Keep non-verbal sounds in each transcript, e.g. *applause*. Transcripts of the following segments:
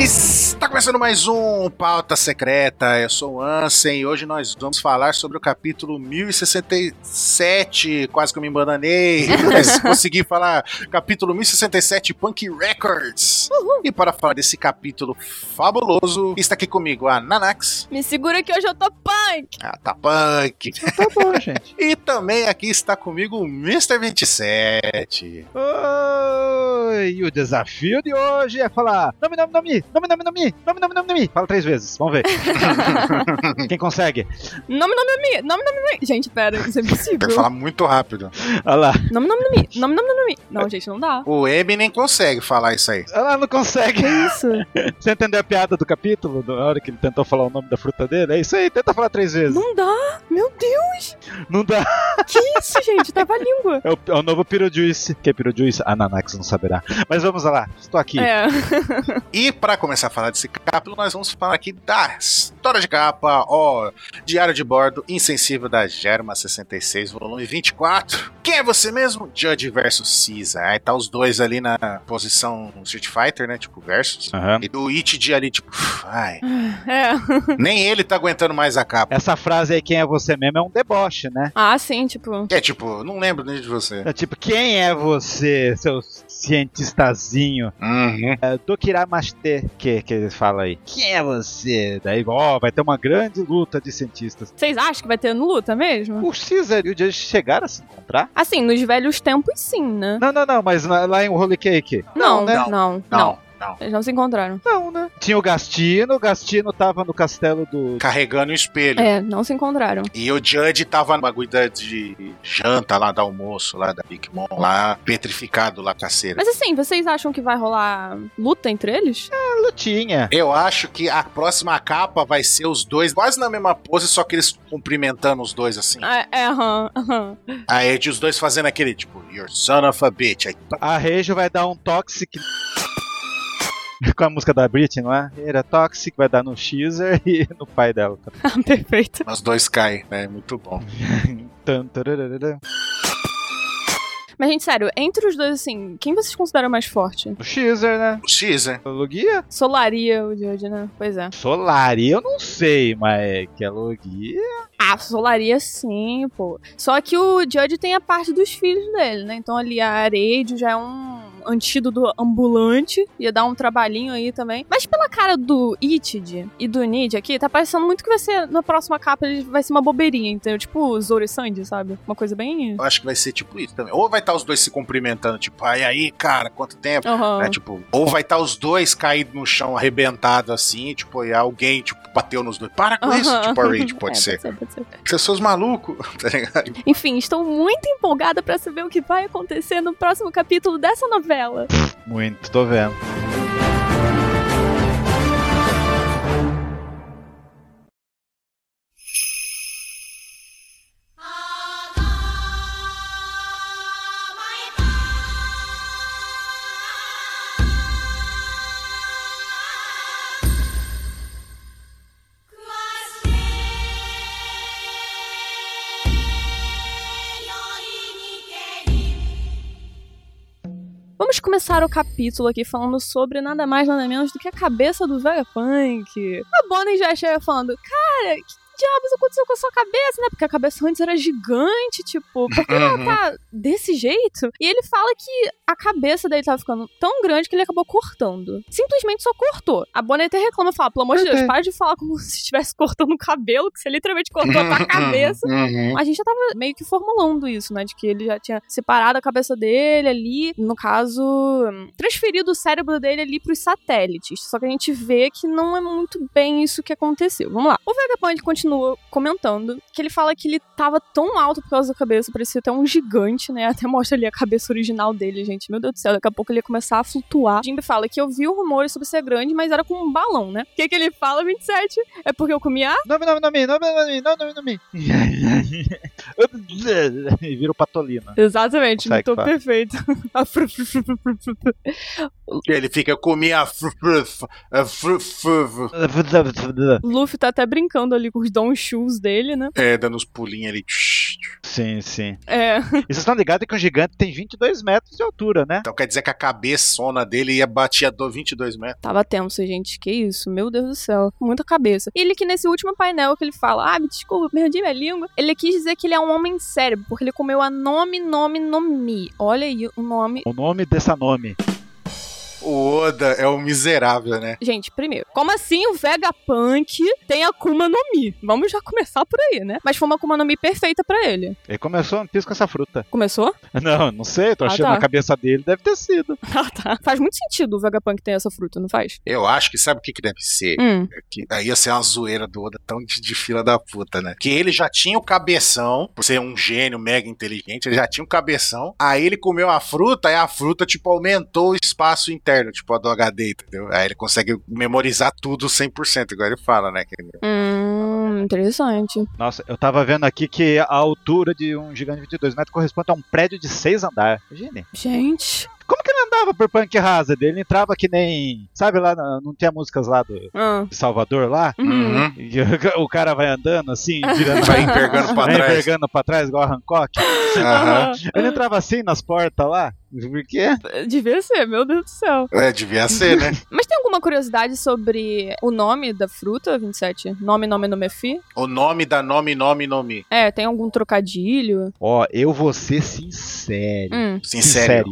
Está começando mais um Pauta Secreta. Eu sou o Ansem e hoje nós vamos falar sobre o capítulo 1067. Quase que eu me embananei, mas consegui falar. Capítulo 1067 Punk Records. E para falar desse capítulo fabuloso, está aqui comigo a Nanax. Me segura que hoje eu tô punk! Ah, tá punk. Tá bom, gente. E também aqui está comigo o Mr. 27. *laughs* Oi, e o desafio de hoje é falar nome, nome, nome, nome, nome, nome, nome, nome, nome, nome. Fala três vezes, *laughs* vamos ver. Quem consegue? Nome, nome, nome, nome, nome, nome. Gente, pera, isso é Tem impossível. que falar muito rápido. Olha lá. Nome, nome, nome, nome, nome, nome. Não, gente, não dá. O Emi nem consegue falar isso aí. Ela não consegue. Que isso? Você entendeu a piada do capítulo? Na hora que ele tentou falar o nome da fruta dele? É isso aí, tenta falar três vezes. Não dá! Meu Deus, Não dá. que isso, gente? Tava a língua. É o, é o novo Pirojuice. Que é Pirojuice? A Nanax não saberá. Mas vamos lá, estou aqui. É. E para começar a falar desse capítulo, nós vamos falar aqui da história de capa, ó, Diário de Bordo Insensível da Germa 66, volume 24. Quem é você mesmo? Judge versus Caesar. Aí tá os dois ali na posição Street Fighter, né, tipo versus. Aham. E o It de ali, tipo, "Uf, ai, É. nem ele tá aguentando mais a capa. Essa frase aí, quem é você mesmo, é um deboche, né? Ah, sim, tipo. Que é tipo, não lembro nem de você. É tipo, quem é você, seu cientistazinho? Uhum. É, Dokiramashite, que, que ele fala aí. Quem é você? Daí, ó, vai ter uma grande luta de cientistas. Vocês acham que vai ter no luta mesmo? O Caesar e o Judge chegaram a se encontrar? Assim, nos velhos tempos, sim, né? Não, não, não, mas na- lá em Holy Cake. Não, né? não, não. Não, não. Eles não se encontraram. Não, né? Tinha o Gastino, o Gastino tava no castelo do. Carregando o espelho. É, não se encontraram. E o Judge tava no bagulho da- de janta lá, do almoço lá, da Big Mom lá, petrificado lá, caceira. Mas assim, vocês acham que vai rolar luta entre eles? Ah, lutinha. Eu acho que a próxima capa vai ser os dois quase na mesma pose, só que eles cumprimentando os dois assim. É, é, aham, aham. *laughs* Aí de os dois fazendo aquele tipo, your son of a bitch. Aí, tipo, pá, A Rejo vai dar um Toxic. *laughs* Com a música da Britney, não é? Era Toxic, vai dar no Caesar *laughs* e no pai dela. Ah, perfeito. os dois caem, né? Muito bom. Tan, tarararara. Mas, gente, sério, entre os dois, assim, quem vocês consideram mais forte? O Caesar, né? O X, né? O Lugia? Solaria, o Judge, né? Pois é. Solari, eu não sei, mas que é Lugia. Ah, solaria sim, pô. Só que o Judge tem a parte dos filhos dele, né? Então ali a Areide já é um antídoto ambulante. Ia dar um trabalhinho aí também. Mas pela cara do Itid e do Nid aqui, tá parecendo muito que vai ser, na próxima capa, ele vai ser uma bobeirinha, entendeu? Tipo o Zoro e Sandy, sabe? Uma coisa bem... Eu acho que vai ser tipo isso também. Ou vai estar os dois se cumprimentando, tipo, ai aí, cara, quanto tempo? Aham. Né, tipo, ou vai estar os dois caídos no chão, arrebentado assim, tipo, e alguém, tipo, bateu nos dois. Para com isso, Aham. tipo, a Rage pode É, ser. pode ser. Vocês são os malucos, tá ligado? Enfim, estou muito empolgada pra saber o que vai acontecer no próximo capítulo dessa novela. Muito, tô vendo. Vamos começar o capítulo aqui falando sobre nada mais, nada menos do que a cabeça do Vegapunk. A Bonnie já chega falando, cara, que diabos aconteceu com a sua cabeça, né? Porque a cabeça antes era gigante, tipo, por que ela Uhum. tá desse jeito? E ele fala que a cabeça dele tava ficando tão grande que ele acabou cortando. Simplesmente só cortou. A Bonnie até reclama e fala, pelo amor de Deus, Uhum. para de falar como *laughs* se estivesse cortando o cabelo, que você literalmente cortou a *laughs* tua cabeça. Uhum. A gente já tava meio que formulando isso, né? De que ele já tinha separado a cabeça dele ali, no caso, hum, transferido o cérebro dele ali pros satélites. Só que a gente vê que não é muito bem isso que aconteceu. Vamos lá. O Vegapunk continua comentando que ele fala que ele tava tão alto por causa da cabeça, parecia até um gigante, né? *laughs* Até mostra ali a cabeça original dele, gente. Meu Deus do céu, daqui a pouco ele ia começar a flutuar. Jimbe fala que eu vi o rumor sobre ser grande, mas era com um balão, né? O que, que ele fala, 27? É porque eu comia Nome, nome, nome, nome, nome, nome, nome, nome. e *laughs* vira o Patolino. Exatamente, Sai não que tô fala. perfeito. *laughs* A fru- fru- fru- fru- fru- fru- fru- Ele fica, eu comi a. fru- fru- fru- a fru- fru- fru- Luffy tá até brincando ali com os Don Shoes dele, né? É, dando uns pulinhos ali. Sim, sim. É. E vocês estão ligados que o gigante tem 22 metros de altura, né? Então quer dizer que a cabeçona dele ia batia do- 22 metros. Tava tenso, gente. Que isso? Meu Deus do céu. Muita cabeça. Ele que nesse último painel que ele fala, ah, me desculpa, perdi minha língua. Ele quis dizer que ele é um homem cérebro, porque ele comeu a nome, nome, nomi. Olha aí o nome. O nome dessa nome. O Oda é um miserável, né? Gente, primeiro, como assim o Vegapunk tem Akuma no Mi? Vamos já começar por aí, né? Mas foi uma Akuma no Mi perfeita pra ele. Ele começou One Piece com essa fruta. Começou? *laughs* Não, não sei, tô Ah, achando tá. na cabeça dele, deve ter sido. Ah, tá. Faz muito sentido o Vegapunk ter essa fruta, não faz? Eu acho que sabe o que, que deve ser? Hum. Que aí ia ser uma zoeira do Oda tão de, de fila da puta, né? Que ele já tinha o cabeção, por ser um gênio mega inteligente, ele já tinha o cabeção. Aí ele comeu a fruta e a fruta, tipo, aumentou o espaço interno, tipo a do HD, entendeu? Aí ele consegue memorizar tudo 100%, igual ele fala, né? Que ele- Hum, interessante. Nossa, eu tava vendo aqui que a altura de um gigante de 22 metros corresponde a um prédio de 6 andares. Imagine. Gente. Como que ele andava por Punk Hazard? Ele entrava que nem. Sabe lá, na- não tinha músicas lá do Ah. de Salvador lá? Uhum. E o cara vai andando assim, *laughs* virando Vai envergando pra vai trás. envergando pra trás, Ah. igual a Hancock. Aham. Ele entrava assim nas portas lá. Por quê? Devia ser, meu Deus do céu. É, devia ser, né? Mas tem alguma curiosidade sobre o nome da fruta, 27? Nome, nome, nome, é fi? O nome da nome, nome, nome. É, tem algum trocadilho? Ó, eu vou ser sincero. Hum. Sincero.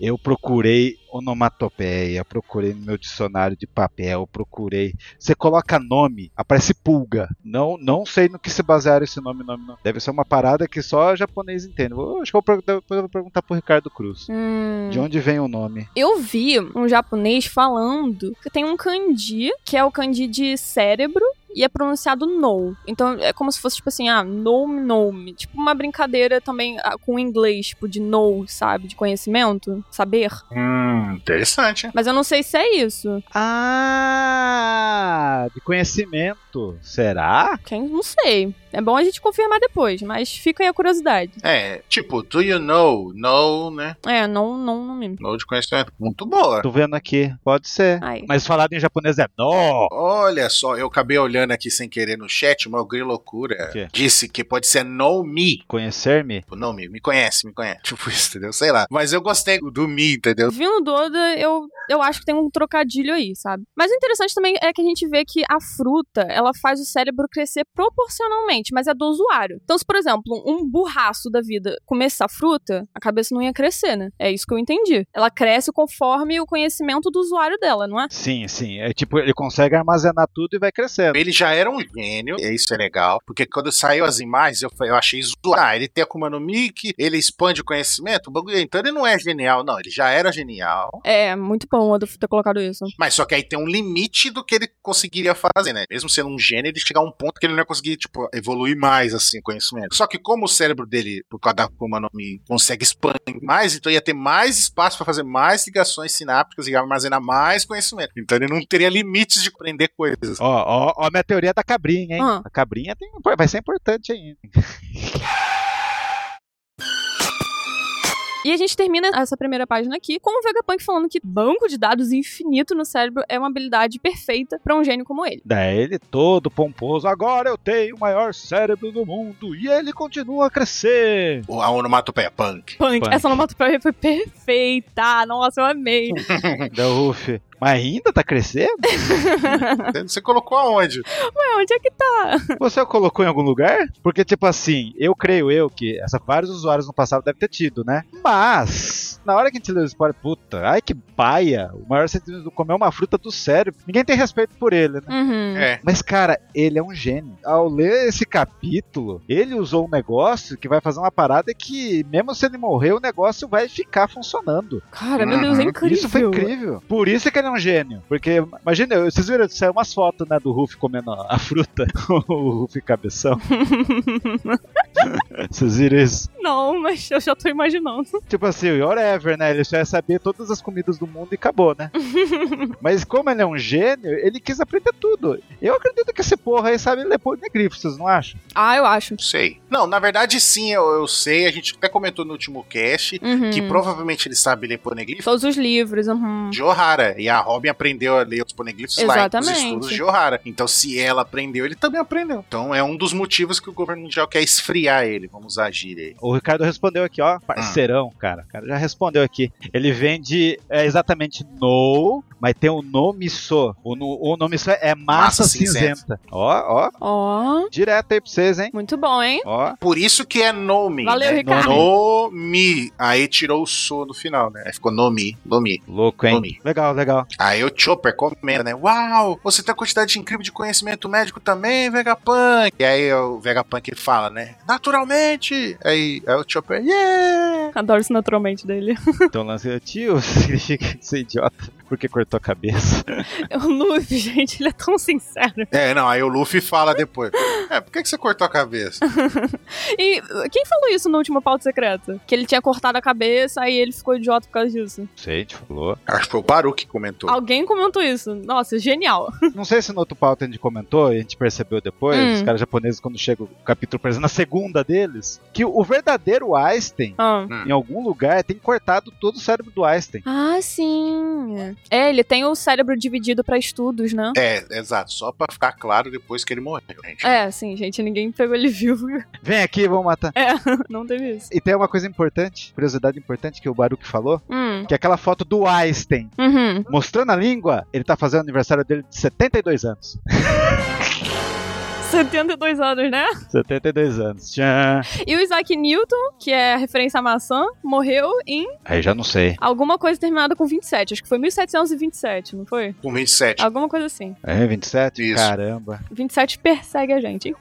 eu procurei onomatopeia, procurei no meu dicionário de papel, procurei. Você coloca nome, aparece pulga. Não, não sei no que se basearam esse nome, nome, nome. Deve ser uma parada que só japonês entende. Vou- acho que eu vou, pergun- depois eu vou perguntar pro Ricardo Cruz. Hum. De onde vem o nome? Eu vi um japonês falando que tem um kanji, que é o kanji de cérebro, e é pronunciado no. Então é como se fosse tipo assim, ah, nome, nome. Tipo uma brincadeira também ah, com o inglês, tipo de know, sabe? De conhecimento, saber. Hum, interessante. hein? Mas eu não sei se é isso. Ah, de conhecimento. Será? Quem não sei. É bom a gente confirmar depois, mas fica aí a curiosidade. É, tipo, do you know? Know, né? É, não, não, não mesmo. Know de conhecimento. Muito boa. Tô vendo aqui. Pode ser. Ai. Mas falado em japonês é no. Olha só, eu acabei olhando aqui sem querer no chat, mas o Grilo Loucura O quê? disse que pode ser know me. Conhecer-me? Tipo, Não me, me conhece, me conhece. *laughs* Tipo isso, entendeu? Sei lá. Mas eu gostei do me, entendeu? Vindo do Oda, eu, eu acho que tem um trocadilho aí, sabe? Mas o interessante também é que a gente vê que a fruta, ela faz o cérebro crescer proporcionalmente, mas é do usuário. Então, se, por exemplo, um burraço da vida comesse a fruta, a cabeça não ia crescer, né? É isso que eu entendi. Ela cresce conforme o conhecimento do usuário dela, não é? Sim, sim. É tipo, ele consegue armazenar tudo e vai crescendo. Ele já era um gênio, e isso é legal, porque quando saiu as imagens, eu, fa- eu achei zoado. Ah, ele tem Akuma no Mi, que ele expande o conhecimento, o bagulho. Então ele não é genial, não. Ele já era genial. É, muito bom o Oda ter colocado isso. Mas só que aí tem um limite do que ele conseguiria fazer, né? Mesmo sendo um gênio, ele chega a um ponto que ele não ia conseguir, tipo, evoluir mais, assim, o conhecimento. Só que como o cérebro dele, por causa da Akuma no Mi, consegue expandir mais, então ia ter mais espaço pra fazer mais ligações sinápticas e armazenar mais conhecimento. Então ele não teria limites de aprender coisas. Ó, ó, ó, a minha teoria da cabrinha, hein? Ah. A cabrinha tem- vai ser importante ainda. E a gente termina essa primeira página aqui com o Vegapunk falando que banco de dados infinito no cérebro é uma habilidade perfeita pra um gênio como ele. Daí ele todo pomposo, agora eu tenho o maior cérebro do mundo e ele continua *laughs* a crescer. O A onomatopeia punk. Punk. Punk. Essa onomatopeia foi perfeita. Nossa, eu amei. da Uf, mas ainda tá crescendo? Você colocou aonde? Ué, onde é que tá? Você colocou em algum lugar? Porque, tipo assim, eu creio eu que essa, vários usuários no passado devem ter tido, né? Mas, na hora que a gente leu o spoiler, puta, ai que baia, o maior sentido do comer uma fruta do cérebro. Ninguém tem respeito por ele, né? Uhum. É. Mas, cara, ele é um gênio. Ao ler esse capítulo, ele usou um negócio que vai fazer uma parada que, mesmo se ele morrer, o negócio vai ficar funcionando. Cara, meu Deus, é Uhum. incrível. Ah, Isso foi incrível. Por isso que ele é um gênio. Porque, imagina, eu- vocês viram, saiu *laughs* umas fotos, né, do Ruff comendo a a fruta, o Ruff cabeção. Vocês viram isso? Não, mas eu já tô imaginando. Tipo assim, whatever, né? Ele só ia saber todas as comidas do mundo e acabou, né? Mas como ele é um gênio, ele quis aprender tudo. Eu acredito que esse porra aí sabe ler poneglyph, vocês não acham? Ah, eu acho. Não sei. Não, na verdade sim, eu, eu sei. A gente até comentou no último cast Uhum. que provavelmente ele sabe ler poneglyph Todos os livros, uhum. de O'Hara. E a Robin aprendeu a ler os poneglyphs lá nos Exatamente. estudos de O'Hara. Então, se ela aprendeu, ele também aprendeu. Então, é um dos motivos que o governo mundial quer esfriar ele. Vamos usar a gíria aí. O Ricardo respondeu aqui, ó. Parceirão, cara. O cara já respondeu aqui. Ele vende é, exatamente no, mas tem o nome só. O, no- o nome só é massa, Massa cinzenta. cinzenta. Ó, ó. Ó, Direto aí pra vocês, hein? muito bom, hein? Ó. Por isso que é Nomi. Valeu, né? Ricardo. Nomi. Aí tirou o so no final, né? Aí ficou Nomi, Nomi. Louco, hein? Nome. Legal, legal. *laughs* Aí o Chopper comenta, né? Uau, você tem uma quantidade incrível de conhecimento médico também, Vegapunk. E aí o Vegapunk fala, né? Naturalmente. Aí, aí o Chopper, yeah. Adoro isso naturalmente dele. *laughs* Então lança tio, *laughs* significa que você é idiota porque cortou a cabeça. O Luffy, gente, ele é tão sincero. É, não, aí o Luffy fala depois. É, por que, que você cortou a cabeça? *laughs* E uh, quem falou isso na última pauta secreta? Que ele tinha cortado a cabeça, aí ele ficou idiota por causa disso. Não *laughs* sei, a gente falou. Acho que foi o Baru que comentou. Alguém comentou isso. Nossa, genial. Não sei se no outro pauta a gente comentou, e a gente percebeu depois, Hum. os caras japoneses quando chega o capítulo, por exemplo, na segunda deles, que o verdadeiro Einstein, Ah. em algum lugar, tem cortado todo o cérebro do Einstein. Ah, sim. É, ele tem o cérebro dividido pra estudos, né? É, exato. Só pra ficar claro depois que ele morreu, gente. É, sim, gente, ninguém pegou ele vivo. *laughs* Vem aqui, vamos matar. É, não teve isso. E tem uma coisa importante, curiosidade importante que o Baruque falou, Hum. que é aquela foto do Einstein Uhum. mostrando a língua, ele tá fazendo o aniversário dele de 72 anos. 72 anos, né? 72 anos. Tchan. E o Isaac Newton, que é referência à maçã, morreu em Aí já não sei. alguma coisa terminada com 27. Acho que foi 1727, não foi? Com 27. Alguma coisa assim. É, 27? Isso. Caramba. 27 persegue a gente.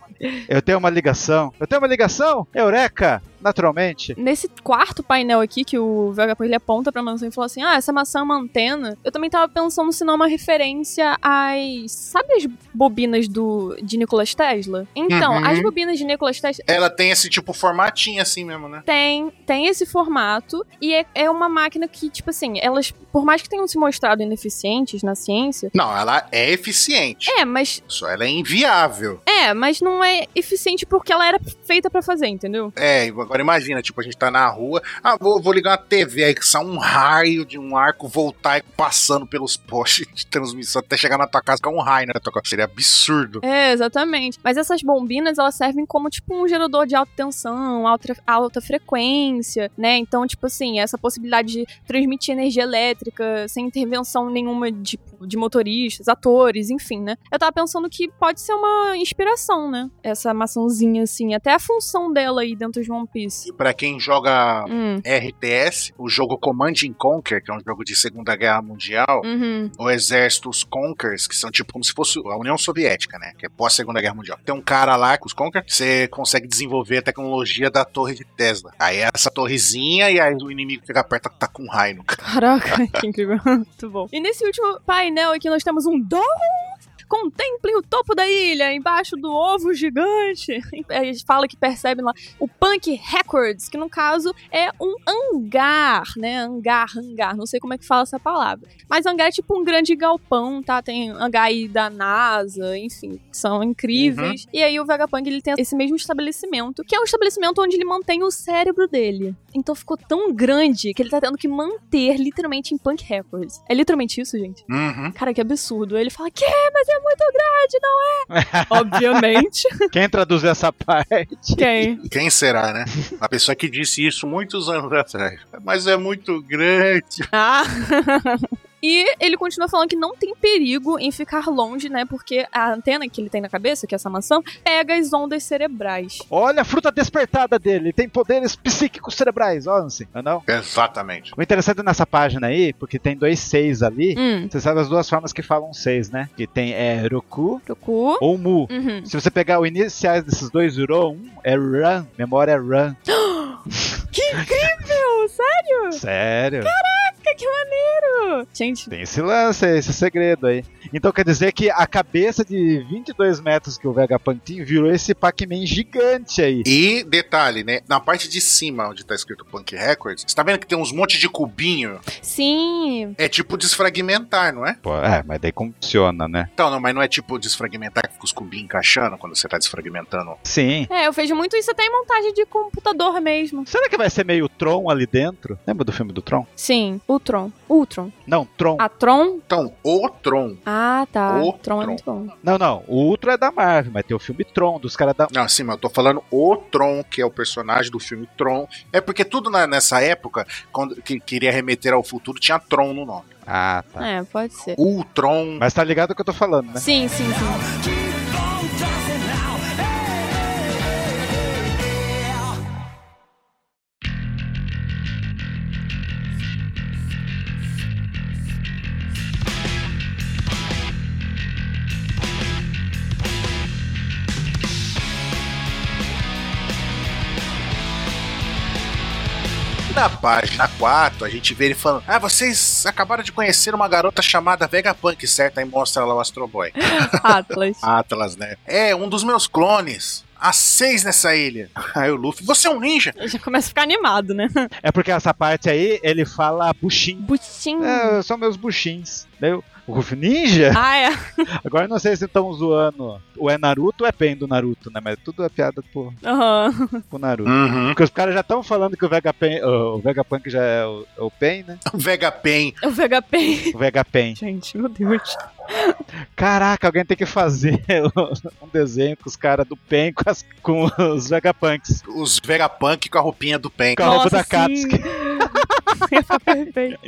Eu tenho uma ligação. Eu tenho uma ligação? Eureka! Naturalmente. Nesse quarto painel aqui, que o Vegapunk ele aponta pra maçã e fala assim: Ah, essa maçã é uma antena. Eu também tava pensando se não é uma referência às. Sabe as bobinas do de Nikola Tesla? Então, Uhum. as bobinas de Nikola Tesla. Ela tem esse tipo formatinho assim mesmo, né? Tem, tem esse formato e é, é uma máquina que, tipo assim, elas, por mais que tenham se mostrado ineficientes na ciência, Não, ela é eficiente. é, mas Só ela é inviável. é, mas não é eficiente porque ela era feita pra fazer, entendeu? É, agora imagina, tipo, a gente tá na rua. Ah, vou, vou ligar uma TV aí que sai um raio de um arco voltaico passando pelos postes de transmissão até chegar na tua casa com um raio na tua casa. Seria absurdo. É, exatamente. Mas essas bombinas, elas servem como, tipo, um gerador de alta tensão, alta, alta frequência, né? Então, tipo assim, essa possibilidade de transmitir energia elétrica sem intervenção nenhuma de, de motoristas, atores, enfim, né? Eu tava pensando que pode ser uma inspiração, né? Essa maçãzinha, assim, até a função dela aí dentro de One Piece. E pra quem joga Hum. RTS, o jogo Command and Conquer, que é um jogo de Segunda Guerra Mundial, Uhum. o exército, os Conkers, que são tipo como se fosse a União Soviética, né? Que é pós-Segunda Guerra Mundial. Tem um cara lá com os Conkers, você consegue desenvolver a tecnologia da torre de Tesla. Aí é essa torrezinha, e aí o inimigo que chega perto tá com um raio no cara. Caraca, *laughs* que incrível. Muito bom. E nesse último painel aqui nós temos um dom. Contemplem o topo da ilha, embaixo do ovo gigante. *laughs* A gente fala que percebe lá o Punk Records, que no caso é um hangar, né? Hangar, hangar, não sei como é que fala essa palavra. Mas hangar é tipo um grande galpão, tá? Tem hangar aí da NASA, enfim, que são incríveis. E aí o Vegapunk ele tem esse mesmo estabelecimento, que é um estabelecimento onde ele mantém o cérebro dele. Então ficou tão grande que ele tá tendo que manter literalmente em Punk Records. É literalmente isso, gente? Uhum. Cara, que absurdo. Aí ele fala, que? Mas é muito grande, não é? Obviamente. Quem traduziu essa parte? Quem? E Quem será, né? A pessoa que disse isso muitos anos atrás. Mas é muito grande. Ah! *laughs* E ele continua falando que não tem perigo em ficar longe, né? Porque a antena que ele tem na cabeça, que é essa maçã, pega as ondas cerebrais. Olha a fruta despertada dele. Tem poderes psíquicos cerebrais. Ó, não sei. Ah, não? Exatamente. O interessante nessa página aí, porque tem dois seis ali. Hum, Você sabe as duas formas que falam seis, né? Que tem é Roku pro cu. ou Mu. Uhum. Se você pegar os iniciais desses dois, Ro, um é Run, memória é Run. Que incrível! Sério? Sério? Caraca, que maneiro! Gente, Tem esse lance aí, esse segredo aí. Então quer dizer que a cabeça de 22 metros que o Vegapantin virou esse Pac-Man gigante aí. E detalhe, né? Na parte de cima, onde tá escrito Punk Records, você tá vendo que tem uns monte de cubinho? sim. É tipo desfragmentar, não é? Pô, é, mas daí como funciona, né? Então, não, mas não é tipo desfragmentar que fica os cubinhos encaixando quando você tá desfragmentando. Sim. É, eu vejo muito isso até em montagem de computador mesmo. Será que vai ser meio Tron ali dentro? Lembra do filme do Tron? Sim, Ultron. Ultron. Não, Tron. A Tron? Então, o Tron. Ah, tá. O Tron é Tron. muito bom. Não, não. O Ultra é da Marvel, mas tem o filme Tron, dos caras da. Não, sim, mas eu tô falando o Tron, que é o personagem do filme Tron. É porque tudo na- nessa época, quando que queria remeter ao futuro, tinha Tron no nome. Ah, tá. É, pode ser. O Tron. Mas tá ligado o que eu tô falando, né? Sim, sim, sim. Na página 4, a gente vê ele falando: Ah, vocês acabaram de conhecer uma garota chamada Vegapunk, certo? Aí mostra lá o Astro Boy. Atlas. Atlas, né? É, um dos meus clones. Há seis nessa ilha. *laughs* Aí o Luffy, você é um ninja? Eu já começo a ficar animado, né? É porque essa parte aí ele fala buchim. Butinho. É, são meus buchins. Daí o o Ruff Ninja? Ah, é. Agora eu não sei se estão zoando. Ou é Naruto ou é Pen do Naruto, né? Mas tudo é piada pro, Aham. pro Naruto. Uhum. Porque os caras já estão falando que o, Vegapen, o Vegapunk já é o, é o Pen, né? *laughs* Vegapen. Eu pego a pei. O Vegapen. Gente, meu Deus. Caraca, alguém tem que fazer *laughs* um desenho com os caras do Pen com, as- com os Vegapunks. Os Vegapunk com a roupinha do Pen. Com a roupa Nossa, da sim. Katsuki. Ia ficar *laughs* perfeito.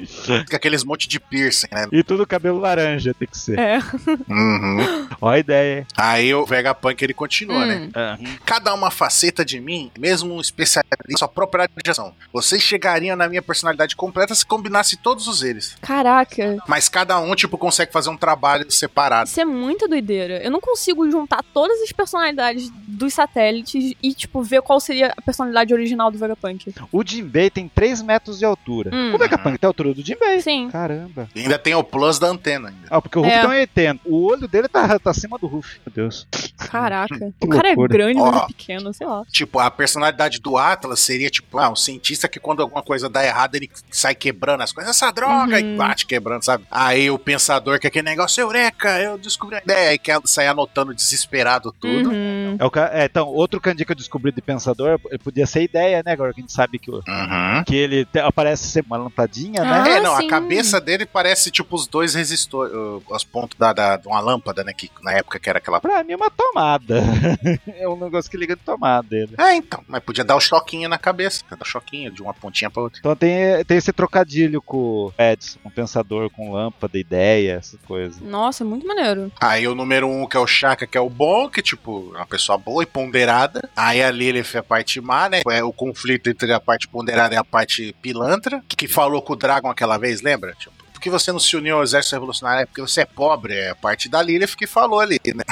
Com aqueles monte de piercing, né? E tudo cabelo laranja tem que ser. É. Uhum. Ó a ideia, hein? Aí o Vegapunk ele continua, né? Hum. Cada uma faceta de mim, mesmo um especialista em sua própria adiação. Vocês chegariam na minha personalidade completa se combinasse todos os eles. Caraca, Mas cada um, tipo, consegue fazer um trabalho separado. isso é muita doideira. Eu não consigo juntar todas as personalidades dos satélites e, tipo, ver qual seria a personalidade original do Vegapunk. O Jinbei tem 3 metros de altura. Hum. O Vegapunk tem a altura do Jinbei. Sim. Caramba. E ainda tem o plus da antena ainda. Ah, porque o Ruff É. tem um 80. O olho dele tá, tá acima do Ruff. Meu Deus. Caraca. Que o cara é loucura. grande, mas Ó. é pequeno, sei lá. Tipo, a personalidade do Atlas seria, tipo, ah, um cientista que quando alguma coisa dá errado, ele sai quebrando as coisas, essa droga, Uhum. e bate quebrando, sabe? Aí o pensador que é aquele negócio, eureka, eu descobri a ideia, e quer sair anotando desesperado tudo. Uhum. É o ca- é, então, outro candido que eu descobri de pensador ele podia ser ideia, né? Agora que a gente sabe que, o- Uhum. que ele te- aparece sempre uma lampadinha, né? Ah, é, não, sim. a cabeça dele parece tipo os dois resistores, os pontos da, da- de uma lâmpada, né? Que na época que era aquela. Pra mim é uma tomada. *laughs* é um negócio que liga de tomada dele. É, então, mas podia dar o choquinho na cabeça, dar choquinho de uma pontinha pra outra. Então tem, tem esse trocadilho com o Edson, com o pensador, com lâmpada, ideia, essa coisa. Nossa, é muito maneiro. *laughs* Aí o número um, que é o Chaka, que é o bom, que tipo, é uma pessoa boa e ponderada. Aí a Lilith é a parte má, né? É o conflito entre a parte ponderada e a parte pilantra, que falou com o Dragon aquela vez, lembra? Tipo, por que você não se uniu ao exército revolucionário? É porque você é pobre, é a parte da Lilith que falou ali, né?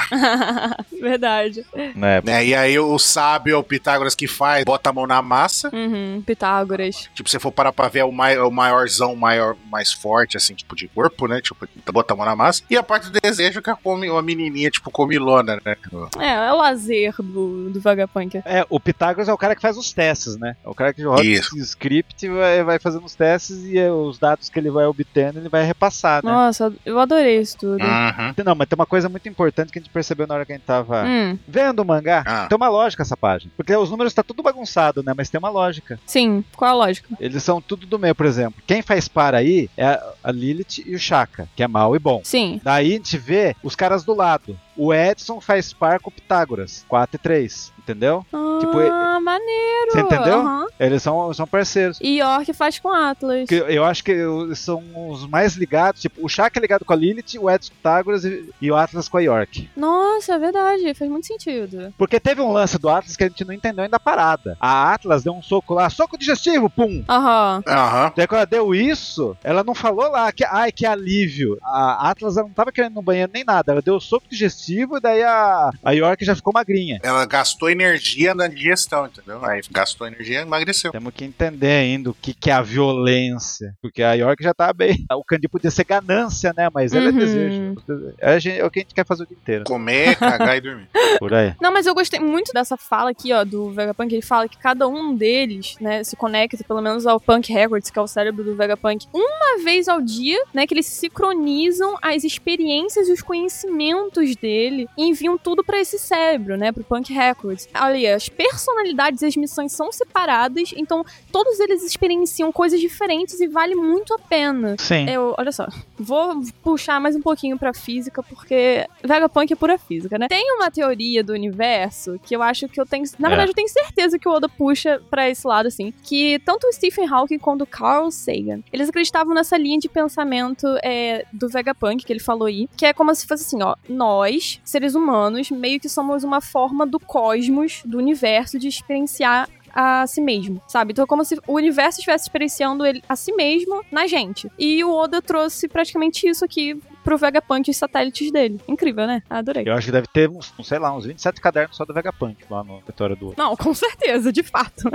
Verdade. Né? Né? E aí o sábio é o Pitágoras que faz, bota a mão na massa. Uhum. Pitágoras. Tipo, se você for parar pra ver, é o, mai, é o maiorzão, maior, mais forte, assim, tipo, de corpo, né? Tipo, bota a mão na massa. E a parte do desejo, que é come- uma menininha, tipo, comilona, né? É, é o lazer do, do Vegapunk. É, o Pitágoras é o cara que faz os testes, né? É o cara que roda Isso. esse script e vai, vai fazendo os testes e é, os dados que ele vai obtendo ele vai repassar, né? Nossa, eu adorei isso tudo. Uhum. Não, mas tem uma coisa muito importante que a gente percebeu na hora que a gente tava Hum, vendo o mangá. Ah. Tem uma lógica essa página. Porque os números tá tudo bagunçado, né? Mas tem uma lógica. sim, qual a lógica? Eles são tudo do meio, por exemplo. Quem faz par aí é a- a Lilith e o Chaka, que é mal e bom. Sim. Daí a gente vê os caras do lado. O Edson faz par com o Pitágoras, 4 e 3, entendeu? Ah, Tipo, é- maneiro. Você entendeu? Aham. Eles são, são parceiros. E York faz com Atlas. Que Eu acho que eu- são os mais ligados. Tipo, o Chaka é ligado com a Lilith, o Edson com o Pitágoras e, e o Atlas com a York. Nossa, é verdade, faz muito sentido. Porque teve um lance do Atlas que a gente não entendeu ainda a parada. A Atlas deu um soco lá, soco digestivo, pum! Aham. Aham. Daí quando ela deu isso, ela não falou lá que, ai, que alívio. A Atlas ela não tava querendo ir no banheiro nem nada, ela deu o soco digestivo, daí a, a York já ficou magrinha. Ela gastou energia na digestão, entendeu? Aí gastou energia e emagreceu. Temos que entender ainda o que, que é a violência. Porque a York já tá bem. O Candy podia ser ganância, né? Mas ela é Uhum. desejo. A gente- É o que a gente quer fazer o dia inteiro. né, Comer, cagar e dormir. Por aí. Não, mas eu gostei muito dessa fala aqui, ó, do Vegapunk. Ele fala que cada um deles, né, se conecta, pelo menos ao Punk Records, que é o cérebro do Vegapunk, uma vez ao dia, né, que eles sincronizam as experiências e os conhecimentos dele e enviam tudo pra esse cérebro, né, pro Punk Records. Olha, as personalidades e as missões são separadas, então todos eles experienciam coisas diferentes e vale muito a pena. Sim. Eu, olha só, vou puxar mais um pouquinho pra física, porque Vegapunk é pura física, né? Tem uma teoria do universo que eu acho que eu tenho. Na É. verdade, eu tenho certeza que o Oda puxa pra esse lado, assim. Que tanto o Stephen Hawking quanto o Carl Sagan, eles acreditavam nessa linha de pensamento é, do Vegapunk, que ele falou aí, que é como se fosse assim, ó. Nós, seres humanos, meio que somos uma forma do cosmos, do universo, de experienciar a si mesmo, sabe? Então é como se o universo estivesse experienciando ele a si mesmo na gente. E o Oda trouxe praticamente isso aqui pro Vegapunk e os satélites dele. Incrível, né? Adorei. Eu acho que deve ter uns, uns, sei lá, uns 27 cadernos só do Vegapunk lá no Vitória do Outro. Não, com certeza, de fato.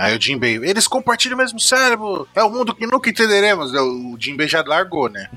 Aí o Jinbei, eles compartilham o mesmo cérebro. É o mundo que nunca entenderemos. O Jinbei já largou, né?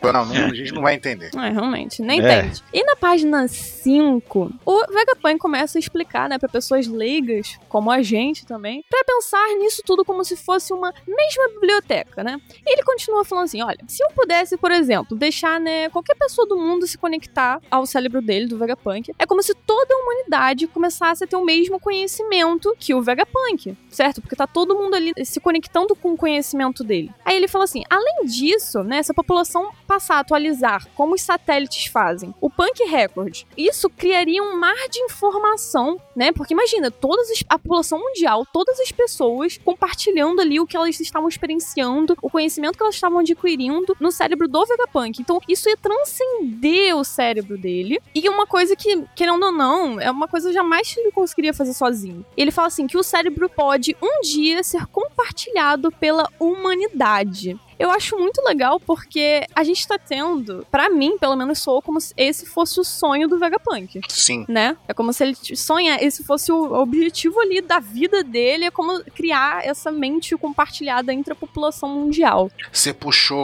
Falou, Não, não, a gente não vai entender. É, realmente, nem É. entende. E na página 5, o Vegapunk começa a explicar, né, pra pessoas leigas, como a gente também, pra pensar nisso tudo como se fosse uma mesma biblioteca, né? E ele continua falando assim: olha, se eu pudesse, por exemplo, deixar, né, qualquer pessoa do mundo se conectar ao cérebro dele, do Vegapunk, é como se toda a humanidade começasse a ter o mesmo conhecimento que o Vegapunk, certo? Porque tá todo mundo ali se conectando com o conhecimento dele. Aí ele fala assim: além disso, né, se a população passar a atualizar como os satélites fazem o Punk Record, isso criaria um mar de informação, né? Porque imagina, todas as- a população mundial, todas as pessoas compartilhando ali o que elas estavam experienciando, o conhecimento que elas estavam adquirindo no cérebro do Vegapunk. Então, isso ia transcender o cérebro dele. E uma coisa que, querendo ou não, é uma coisa jamais que ele conseguiria fazer sozinho. Ele fala assim que o cérebro pode um dia ser compartilhado pela humanidade. Eu acho muito legal porque a gente tá tendo, pra mim, pelo menos soou como se esse fosse o sonho do Vegapunk, Sim. né? É como se ele t- sonha, esse fosse o objetivo ali da vida dele, é como criar essa mente compartilhada entre a população mundial. Você puxou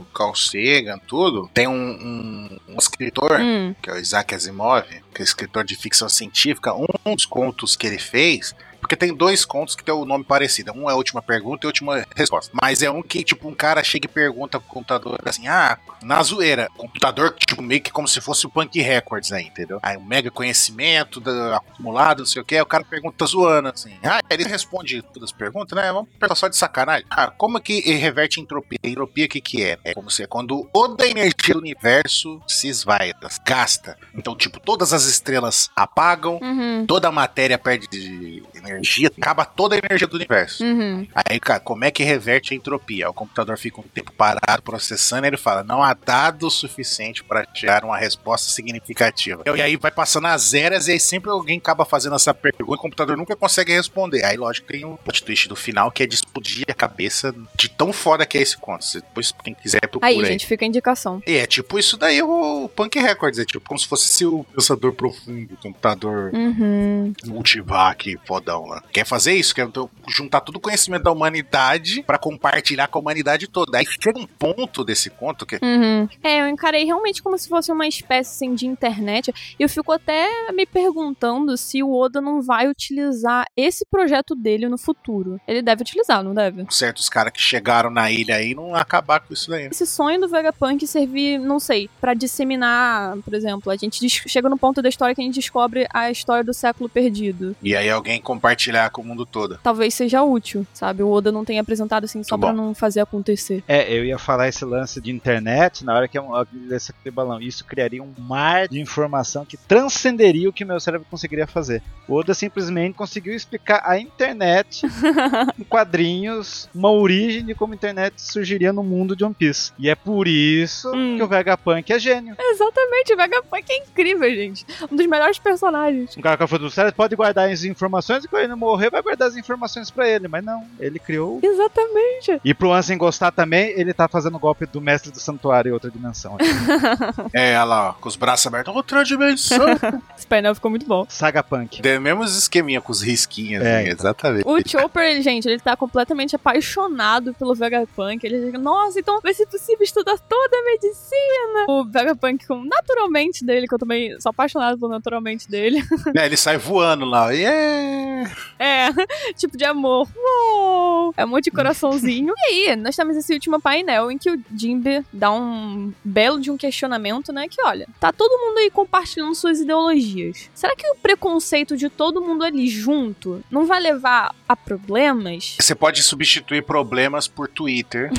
o Carl Sagan, tudo. Tem um, um- um escritor, Hum. que é o Isaac Asimov, que é escritor de ficção científica. Um dos contos que ele fez. Porque tem dois contos que tem o nome parecido. Um é a última pergunta e a última resposta. Mas é um que, tipo, um cara chega e pergunta pro computador assim: ah, na zoeira. Computador, tipo, meio que como se fosse o Punk Records aí, entendeu? Aí um mega conhecimento da- acumulado, não sei o que. O cara pergunta zoando, assim. Ah, ele responde todas as perguntas, né? Vamos perguntar só de sacanagem. Ah, como é que ele reverte a entropia? A entropia, o que que é? É como se é quando toda a energia do universo se esvai, gasta. Então, tipo, todas as estrelas apagam, Uhum. toda a matéria perde de energia, acaba toda a energia do universo. Uhum. Aí, cara, como é que reverte a entropia? O computador fica um tempo parado processando e ele fala: não há dado suficiente para gerar uma resposta significativa. E aí vai passando as zeras e aí sempre alguém acaba fazendo essa pergunta e o computador nunca consegue responder. Aí, lógico, tem o plot twist do final que é de explodir a cabeça de tão foda que é esse conto. Você- Depois, quem quiser, procura Aí, aí. gente, fica a indicação. E é tipo isso daí o Punk Records, é tipo como se fosse o pensador profundo, o computador Uhum. Multivac, fodão lá. Quer fazer isso? Quer então, juntar todo o conhecimento da humanidade pra compartilhar com a humanidade toda. Aí chega um ponto desse conto que. Uhum. É, eu encarei realmente como se fosse uma espécie assim, de internet. E eu fico até me perguntando se o Oda não vai utilizar esse projeto dele no futuro. Ele deve utilizar, não deve? Certos caras que chegaram na ilha aí não acabar com isso daí. né? Esse sonho do Vegapunk servir, não sei, pra disseminar, por exemplo, a gente des- chega no ponto da história que a gente descobre a história do século perdido. E aí alguém compartilhar com o mundo todo. Talvez seja útil, sabe? O Oda não tenha apresentado assim só Tá bom. pra não fazer acontecer. *laughs* É, eu ia falar esse lance de internet na hora que é um, eu desse aquele balão. Isso criaria um mar de informação que transcenderia o que meu cérebro conseguiria fazer. O Oda simplesmente conseguiu explicar a internet em quadrinhos, uma origem de como a internet surgiria no mundo de One Piece. E é por isso Hum. que o Vegapunk é gênio. Exatamente, o Vegapunk é incrível, gente. Um dos melhores personagens. Um cara que foi do cérebro pode guardar as informações e Wolverine morrer, vai guardar as informações pra ele, mas não, ele criou. Exatamente. E pro Ansem gostar também, ele tá fazendo o golpe do mestre do santuário em outra dimensão. É, olha lá, ó, com os braços abertos. Outra dimensão. Esse painel ficou muito bom. Saga Punk. Tem mesmo os esqueminha com os risquinhos. É, assim, então. Exatamente. O Chopper, ele, gente, ele tá completamente apaixonado pelo Vegapunk. Ele fica, nossa, então vai ser possível estudar toda a medicina. O Vegapunk com o naturalmente dele, que eu também sou apaixonado pelo naturalmente dele. Né, ele sai voando lá. Yeah! É, *laughs* tipo de amor. Uou! É um monte de coraçãozinho. *laughs* e aí, nós temos esse último painel em que o Jimbe dá um belo de um questionamento, né? Que olha, tá todo mundo aí compartilhando suas ideologias. Será que o preconceito de todo mundo ali junto não vai levar a problemas? Você pode substituir problemas por Twitter,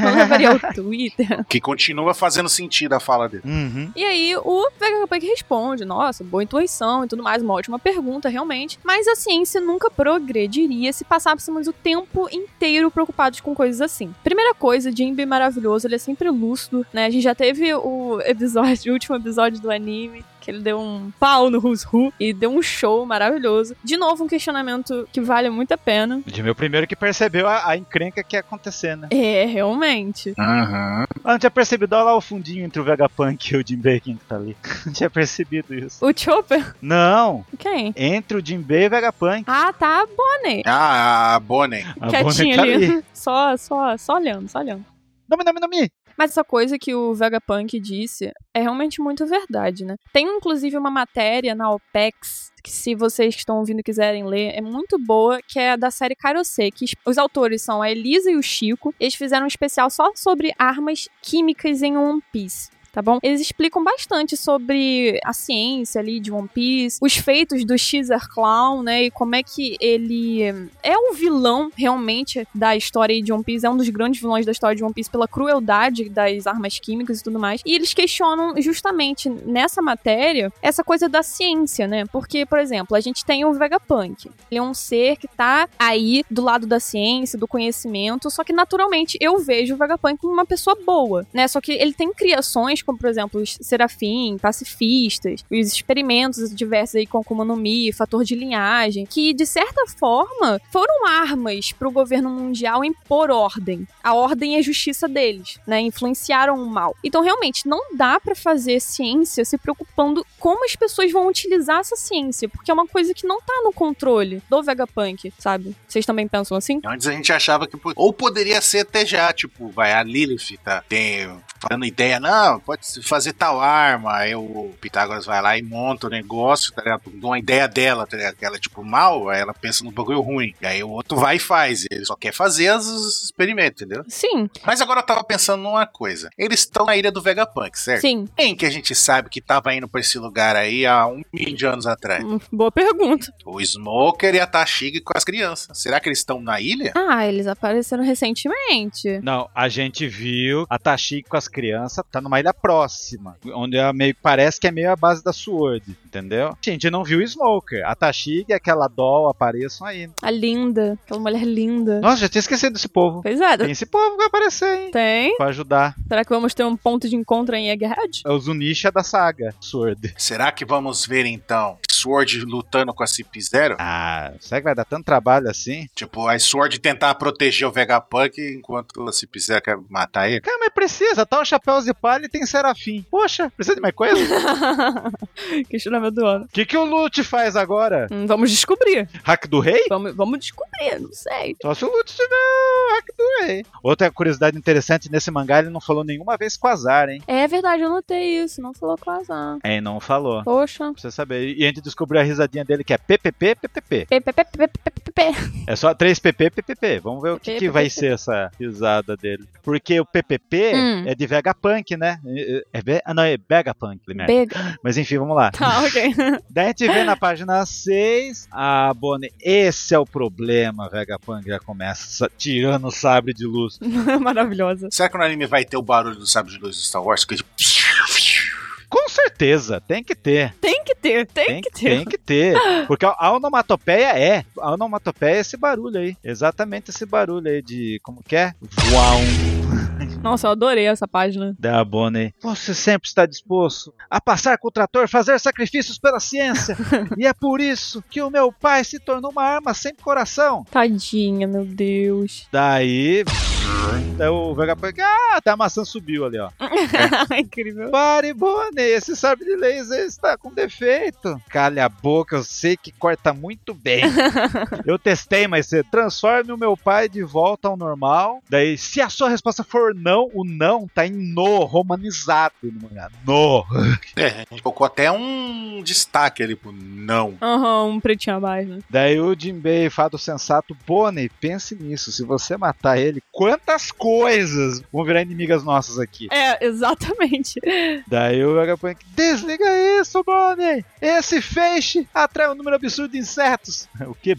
Não levaria *laughs* ao Twitter? que continua fazendo sentido a fala dele. Uhum. E aí o Vegapunk responde: Nossa, boa intuição e tudo mais, uma ótima pergunta, realmente. Mas a ciência nunca progrediria se passássemos o tempo inteiro preocupados com coisas assim. Primeira coisa, Jinbe maravilhoso, ele é sempre lúcido, né? A gente já teve o episódio, *laughs* o último episódio do anime. Que ele deu um pau no Who's Who e deu um show maravilhoso. De novo, um questionamento que vale muito a pena. De meu primeiro que percebeu a, a encrenca que ia acontecer, né? É, realmente. Aham. Ah, não tinha percebido, olha lá o fundinho entre o Vegapunk e o Jinbei quem que tá ali. *laughs* Não tinha percebido isso. O Chopper? Não, *laughs* Quem? entre o Jinbei e o Vegapunk. Ah, tá, a Bonnie. Ah, a Bonnie. A Bonnie Quietinha tá ali. *laughs* Só, só, só olhando, só olhando. *laughs* Nome, nome, nome. Mas essa coisa que o Vegapunk disse é realmente muito verdade, né? Tem inclusive uma matéria na OPEX que se vocês que estão ouvindo quiserem ler, é muito boa, que é da série Kairosei, que os autores são a Elisa e o Chico. Eles fizeram um especial só sobre armas químicas em One Piece. Tá bom? Eles explicam bastante sobre a ciência ali de One Piece, os feitos do Caesar Clown, né? E como é que ele é um vilão realmente da história de One Piece, é um dos grandes vilões da história de One Piece pela crueldade das armas químicas e tudo mais. E eles questionam justamente nessa matéria essa coisa da ciência, né? Porque, por exemplo, a gente tem o Vegapunk. Ele é um ser que tá aí do lado da ciência, do conhecimento, só que naturalmente eu vejo o Vegapunk como uma pessoa boa, né? Só que ele tem criações como, por exemplo, os serafim, pacifistas, os experimentos diversos aí com Akuma no Mi, fator de linhagem, que de certa forma foram armas pro governo mundial impor ordem. A ordem é a justiça deles, né? Influenciaram o mal. Então, realmente, não dá pra fazer ciência se preocupando como as pessoas vão utilizar essa ciência, porque é uma coisa que não tá no controle do Vegapunk, sabe? Vocês também pensam assim? Antes a gente achava que. po- Ou poderia ser até já, tipo, vai, a Lilith tá tem, dando ideia, não, pode se fazer tal arma. Aí o Pitágoras vai lá e monta o negócio, tá ligado? Dá uma ideia dela, tá ligado? Que Ela, é, tipo, mal, aí ela pensa no bagulho ruim. E aí o outro vai e faz. Ele só quer fazer as- os experimentos, entendeu? Sim, Mas agora eu tava pensando numa coisa. Eles estão na ilha do Vegapunk, certo? sim. Quem que a gente sabe que tava indo pra esse lugar aí há um milhão de anos atrás? Hum, Boa pergunta. O Smoker e a Tashig com as crianças. Será que eles estão na ilha? Ah, eles apareceram recentemente. Não, a gente viu a Tashi com as crianças, tá numa ilha próxima, onde é meio, parece que é meio a base da Sword, entendeu? A gente não viu o Smoker. A Tashi e aquela Doll apareçam aí. A linda, aquela mulher linda. Nossa, já tinha esquecido desse povo. Pois é, Tem esse povo que vai aparecer, hein? tem. Pra ajudar. Será que vamos ter um ponto de encontro em Egghead? *laughs* É o Zunisha da saga Sword. Será que vamos ver então Sword lutando com a Cip-Zero? Ah, será que vai dar tanto trabalho assim? Tipo, a Sword tentar proteger o Vegapunk enquanto a Cip-Zero quer matar ele? Cara, mas precisa. Tá o chapéu de palha e tem serafim. Poxa, precisa de mais coisa? Questionamento do ano. O que, que o Lute faz agora? Hum, vamos descobrir. Hack do rei? Vamos, vamos descobrir, não sei. Só se o Lute tiver o hack do rei. Outra curiosidade interessante nesse mangá, ele não falou nenhuma vez com azar, hein? É verdade, eu notei isso. Não falou com azar. É, não falou. Poxa. Pra você saber. E a gente descobriu a risadinha dele que é PPP, PPP. Pê, pê, pê, pê, pê, pê, pê. É só 3PP, PPP. Vamos ver o que, PP, que vai PP. ser essa risada dele. Porque o PPP Hum. é de Vegapunk, né? É, é, ve- ah, não, é Vegapunk, né? Pega. Mas enfim, vamos lá. Tá, ok. *laughs* Daí a gente vê na página 6, a Bonnie, esse é o problema, Vegapunk já começa sa- tirando o sabre de luz. Maravilhosa. Será que no anime vai ter o barulho do sabre de luz do Star Wars? Que tipo... Com certeza, tem que ter. Tem que ter, tem, Tem, que ter. tem que ter. Porque a- a onomatopeia é. A onomatopeia é esse barulho aí. Exatamente esse barulho aí de. Como que é? Voam. Nossa, eu adorei essa página. Da Bonnie. Você sempre está disposto a passar com o trator, fazer sacrifícios *laughs* pela ciência. e é por isso que o meu pai se tornou uma arma sem coração. Tadinha, meu Deus. Daí. Daí o Vegapunk. Ah, até a maçã subiu ali, ó. *laughs* Incrível. Pare, Bonnie, esse sabre de laser está com defeito. Calha a boca, eu sei que corta muito bem. eu testei, mas você transforme o meu pai de volta ao normal. Daí, se a sua resposta for não, o não tá em no, romanizado no mangá. No. É, a gente colocou até um destaque ali pro não. Aham, um pretinho abaixo. né? Daí o Jinbei, fado sensato, Bonnie, pense nisso. Se você matar ele, quantas coisas vão virar inimigas nossas aqui? É, exatamente. Daí o Vegapunk, desliga isso, Bonnie! Esse feixe atrai um número absurdo de insetos. *laughs* O que?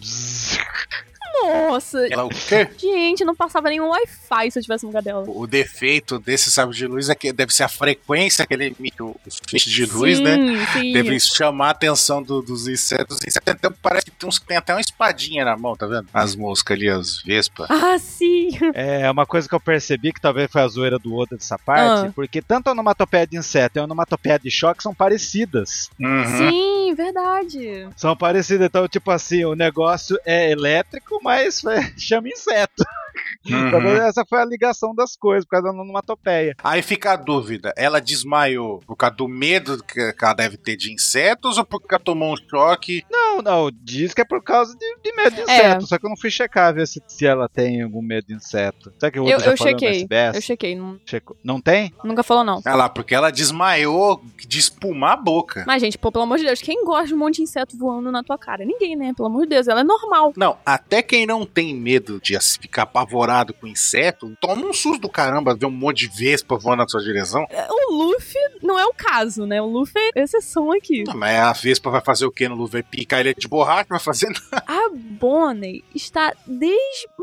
Nossa. Ela, o quê? Gente, eu não passava nenhum Wi-Fi se eu tivesse no lugar dela. O defeito desse sabre de luz é que deve ser a frequência que ele emite o o feixe de luz, sim, né? Sim. Deve chamar a atenção do- dos insetos. Os insetos até parece que tem, uns- tem até uma espadinha na mão, tá vendo? As moscas ali, as vespas. Ah, sim. É, uma coisa que eu percebi que talvez foi a zoeira do Oda dessa parte, Ah. porque tanto a onomatopeia de inseto e a onomatopeia de choque são parecidas. Uhum. Sim, verdade. São parecidas, então, tipo assim, o negócio é elétrico, mas *laughs* é, chama inseto. Talvez uhum. essa foi a ligação das coisas, por causa da onomatopeia. Aí fica a dúvida: ela desmaiou por causa do medo que que ela deve ter de insetos ou porque ela tomou um choque? Não, não, diz que é por causa de, de medo de É. inseto, só que eu não fui checar ver se, se ela tem algum medo de inseto. Será que o Oda Eu, já eu falou no chequei. SBS? É. Eu chequei. Não, Checou. Não tem? nunca falou, não. Olha lá, porque ela desmaiou de espumar a boca. Mas, gente, pô, pelo amor de Deus, quem gosta de um monte de inseto voando na tua cara? Ninguém, né? Pelo amor de Deus, ela é normal. Não, até quem não tem medo de as- ficar apavorado com inseto, toma um susto do caramba ver um monte de vespa voando na sua direção. É, O Luffy não é o caso, né? O Luffy é exceção aqui. *laughs* Não, mas a vespa vai fazer o quê no Luver? Picar ele de borracha? Vai fazer A Bonnie está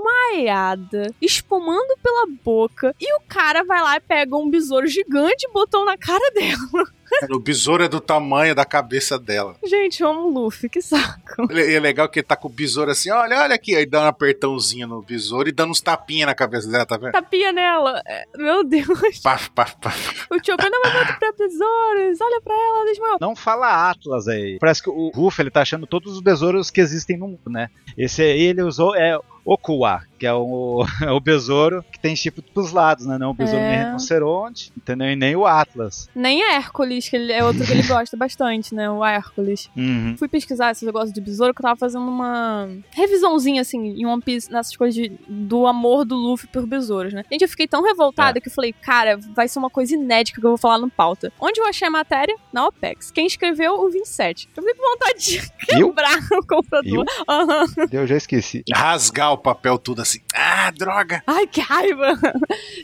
desmaiada, espumando pela boca, e o cara vai lá e pega um besouro gigante e botou na cara dela. *laughs* *laughs* O besouro é do tamanho da cabeça dela. Gente, eu amo o Luffy, que saco. E é legal que ele tá com o besouro assim, olha, olha aqui. Aí dá um apertãozinho no besouro e dando uns tapinhas na cabeça dela, tá vendo? Tapinha nela. É, Meu Deus. Paf, paf, paf. O Chopper não vai muito pra besouros. Olha pra ela, desmaiou. Não fala Atlas aí. Parece que o Ruff ele tá achando todos os besouros que existem no mundo, né? Esse aí ele usou é Okuwa, que é o, *laughs* é o besouro que tem chifre pros lados, né? Não o besouro É. nem rinoceronte, entendeu? E nem o Atlas. Nem a Hércules, que ele é outro que ele gosta bastante, né? O Hércules. Uhum. fui pesquisar esses negócios de besouro, que eu tava fazendo uma revisãozinha, assim, em One Piece, nessas coisas de- do amor do Luffy por besouros, né? Gente, eu fiquei tão revoltada É. que eu falei, cara, vai ser uma coisa inédita que eu vou falar no pauta. Onde eu achei a matéria? Na OPEX. Quem escreveu? O 27. Eu fiquei com vontade de Eu? quebrar o *laughs* computador. Aham. Eu já esqueci. Rasgar o papel tudo assim. Ah, droga. Ai, que raiva!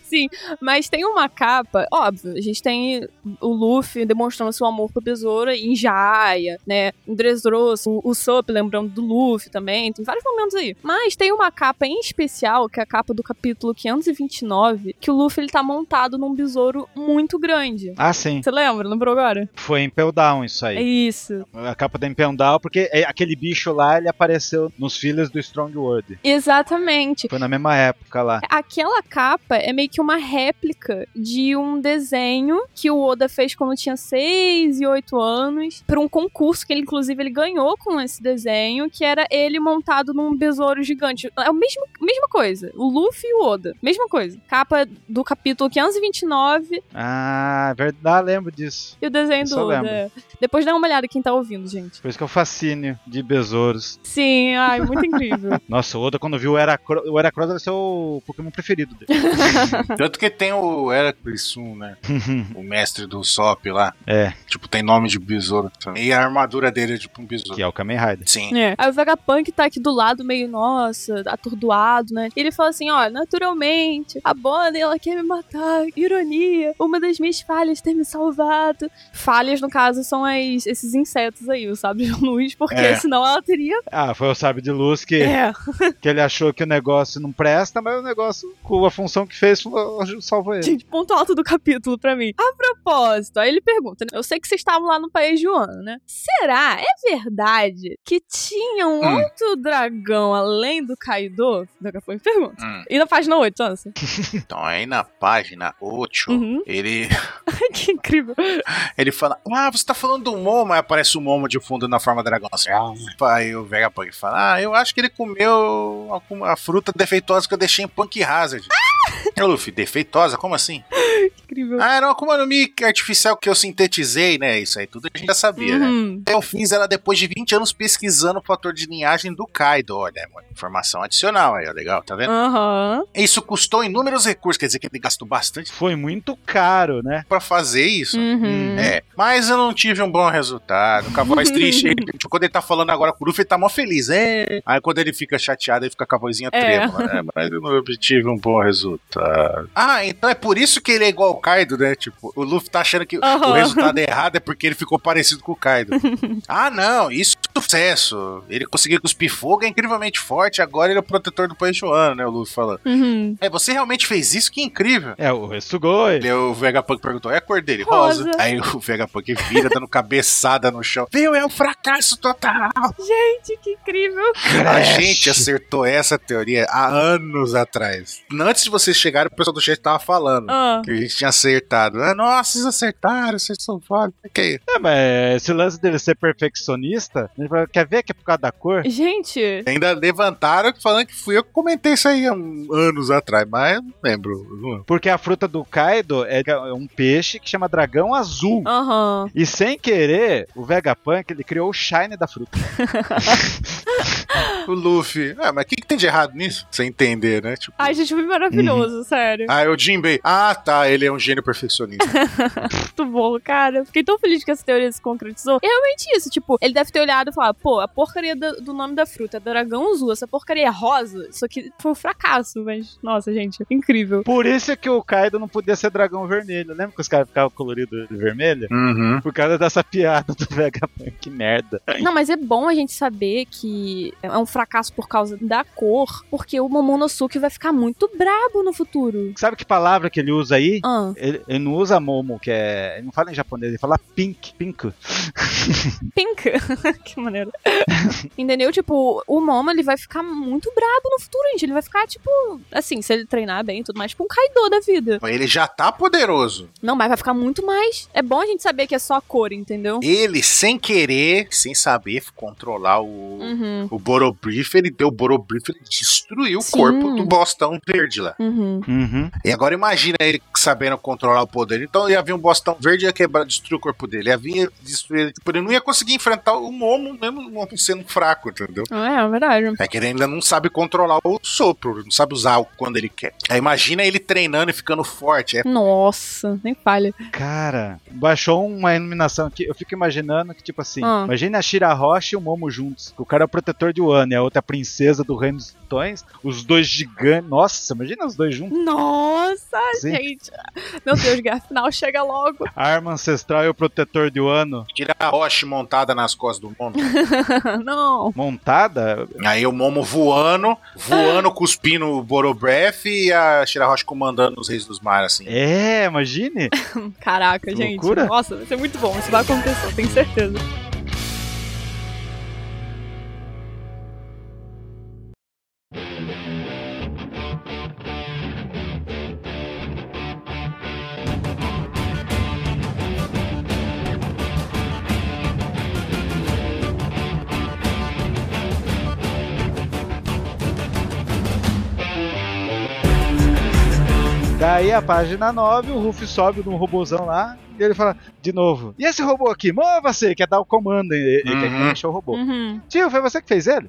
Sim, mas tem uma capa, óbvio, a gente tem o Luffy demonstrando seu amor pro besouro em Jaya, né? Em Dressrosa, o, o Sop lembrando do Luffy também, tem vários momentos aí. Mas tem uma capa em especial, que é a capa do capítulo 529, que o Luffy ele tá montado num besouro muito grande. Ah, sim. Você lembra? Lembrou agora? Foi em Impel Down isso É aí. isso. A capa da Impel Down, porque é, aquele bicho lá, ele apareceu nos filhos do Strong World. Exatamente. Foi na mesma época lá. Aquela capa é meio que uma réplica de um desenho que o Oda fez quando tinha 6 e 8 anos, para um concurso que ele, inclusive, ele ganhou com esse desenho, que era ele montado num besouro gigante. É a mesma, mesma coisa. O Luffy e o Oda. Mesma coisa. Capa do capítulo 529 Ah, verdade, lembro disso. e o desenho Isso do eu Oda. lembro. é. Depois dá uma olhada quem tá ouvindo, gente. Por isso que é o fascínio de besouros. Sim, ai, muito incrível. Nossa, o Oda, quando viu o Heracross, o Heracross deve ser "É o Pokémon preferido dele. Tanto que tem o Heracles Sun, né? o mestre do Sop lá. Uhum. é, Tipo, tem nome de besouro. E a armadura dele é tipo um que besouro. é o Kamen Rider. Sim. É. Aí o Vegapunk tá aqui do lado, meio, nossa, atordoado, né? Ele fala assim: ó, naturalmente, a Bonnie, ela quer me matar. Ironia, uma das minhas falhas ter me salvado. Falhas, no caso, são as- esses insetos aí, os sabres de luz, porque É. senão ela teria. Ah, foi o Sábio de Luz que, É. que ele achou que o negócio não presta, mas o negócio, com a função que fez, "Ah, salvou ele. Gente, ponto alto do capítulo pra mim. A propósito, aí ele pergunta: né, Eu sei que vocês estavam lá no país de Wano, né? Será? É verdade que tinha um Hum. outro dragão além do Kaido? Daqui a pouco pergunta. Hum, E na página 8, Anson? então aí na página 8, Uhum. ele, Ai, *laughs* que incrível. ele fala: Ah, você tá falando do Momo, aí aparece o Momo de fundo na forma dragão. Assim, ah, aí o Vegapunk fala: Ah, eu acho que ele comeu alguma- a, fruta defeituosa que eu deixei em Punk Hazard. Ô, Luffy, defeituosa? Como assim? Incrível. Ah, era uma Akuma no Mi artificial que eu sintetizei, né? Isso aí tudo a gente já sabia, né? Uhum. Eu fiz ela depois de 20 anos pesquisando o fator de linhagem do Kaido. Olha, é uma informação adicional aí, ó, legal, tá vendo? Aham. Isso custou inúmeros recursos, quer dizer que ele gastou bastante Foi muito caro, né? pra fazer isso. Uhum. É, mas eu não tive um bom resultado. Com a *laughs* voz triste, ele- quando ele tá falando agora com o Luffy, ele tá mó feliz. É. Aí quando ele fica chateado, ele fica com a vozinha É. trêmula, né? Mas eu não obtive um bom resultado. Ah, então é por isso que ele é igual o Kaido, né? Tipo, o Luffy tá achando que Aham. o *laughs* resultado é errado é porque ele ficou parecido com o Kaido. ah, não, isso é sucesso. Ele conseguiu cuspir fogo, é incrivelmente forte, agora ele é o protetor do Panchoano, né? O Luffy falando. Uhum. É, você realmente fez isso? Que incrível. É, o Ressugoi. Ele, o Vegapunk perguntou, é a cor dele? Rosa. Rosa. Aí o Vegapunk vira dando cabeçada no chão. Viu, é um fracasso total. Gente, que incrível. A Crash. "Ah, gente acertou essa teoria há anos atrás. Antes de vocês chegarem, o pessoal do chat tava falando. Ah. Que a gente tinha acertado. Ah, nossa, vocês acertaram, vocês são foda. Ok. É, mas esse lance dele ser perfeccionista, ele fala, quer ver que é por causa da cor? Gente, Ainda levantaram falando que fui eu que comentei isso aí há um- anos atrás, mas eu não lembro. Porque a fruta do Kaido é é um peixe que chama dragão azul. aham. E sem querer, o Vegapunk ele criou o shine da fruta. O Luffy. Ah, mas o que, que tem de errado nisso? Sem entender, né? Tipo, Ai, gente, foi maravilhoso, sério. ah, é o Jinbei. Ah, tá, ele é um gênio perfeccionista. Muito bom, cara. Eu Fiquei tão feliz que essa teoria se concretizou. É realmente isso, tipo, ele deve ter olhado e falado, pô, a porcaria do, do nome da fruta é dragão azul, essa porcaria é rosa. Isso aqui foi um fracasso, mas, nossa, gente, incrível. Por isso que o Kaido não podia ser dragão vermelho. Lembra que os caras ficavam colorido de vermelho? Uhum. Por causa dessa piada do Vegapunk. Que merda. Não, mas é bom a gente saber que é um fracasso por causa da cor, porque o Momonosuke vai ficar muito brabo no futuro. Sabe que palavra que ele usa aí? Ah, Ele, ele não usa momo, que é. Ele não fala em japonês, ele fala pink, pinko. pink. *laughs* que maneiro. Entendeu? Tipo, o Momo, ele vai ficar muito brabo no futuro, gente. Ele vai ficar, tipo, assim, se ele treinar bem e tudo mais, tipo um Kaido da vida. Ele já tá poderoso. Não, mas vai ficar muito mais. É bom a gente saber que é só a cor, entendeu? Ele, sem querer, sem saber controlar o, Uhum. o Borobrief, ele deu o Borobrief, ele destruiu Sim. o corpo do bostão verde lá. Uhum. Uhum. E agora imagina ele sabendo controlar o poder. Então ia vir um bostão verde e ia quebrar, destruir o corpo dele. Ia vir ia destruir ele. Tipo, ele não ia conseguir enfrentar o Momo, mesmo o Momo sendo fraco, entendeu? É, é verdade. É que ele ainda não sabe controlar o sopro, não sabe usar o quando ele quer. Aí imagina ele treinando e ficando forte. É Nossa, nem falha. Cara, baixou uma iluminação aqui. Eu fico imaginando que, tipo assim, Ah. imagina a Shira Rocha e o Momo juntos. que O cara é o protetor de Wano e a outra é a princesa do Reino dos Titões. Os dois gigantes. Nossa, imagina os dois juntos. Nossa, Sim. gente. Meu Deus, guerra final chega logo. *laughs* A arma ancestral e o protetor de Wano tirar a Roche montada nas costas do Momo. Não. montada. Aí o Momo voando, voando, cuspindo o Borobref e a Shirahoshi comandando os reis dos mares, assim. É, imagine. Caraca, Que gente. loucura. Nossa, vai ser muito bom. Isso vai acontecer, tenho certeza. Daí a página 9, o Ruff sobe num robôzão lá e ele fala de novo. E esse robô aqui? Mova-se! Quer dar o comando. Ele, ele quer Uhum. que mexa é o robô. Uhum. Tio, foi você que fez ele?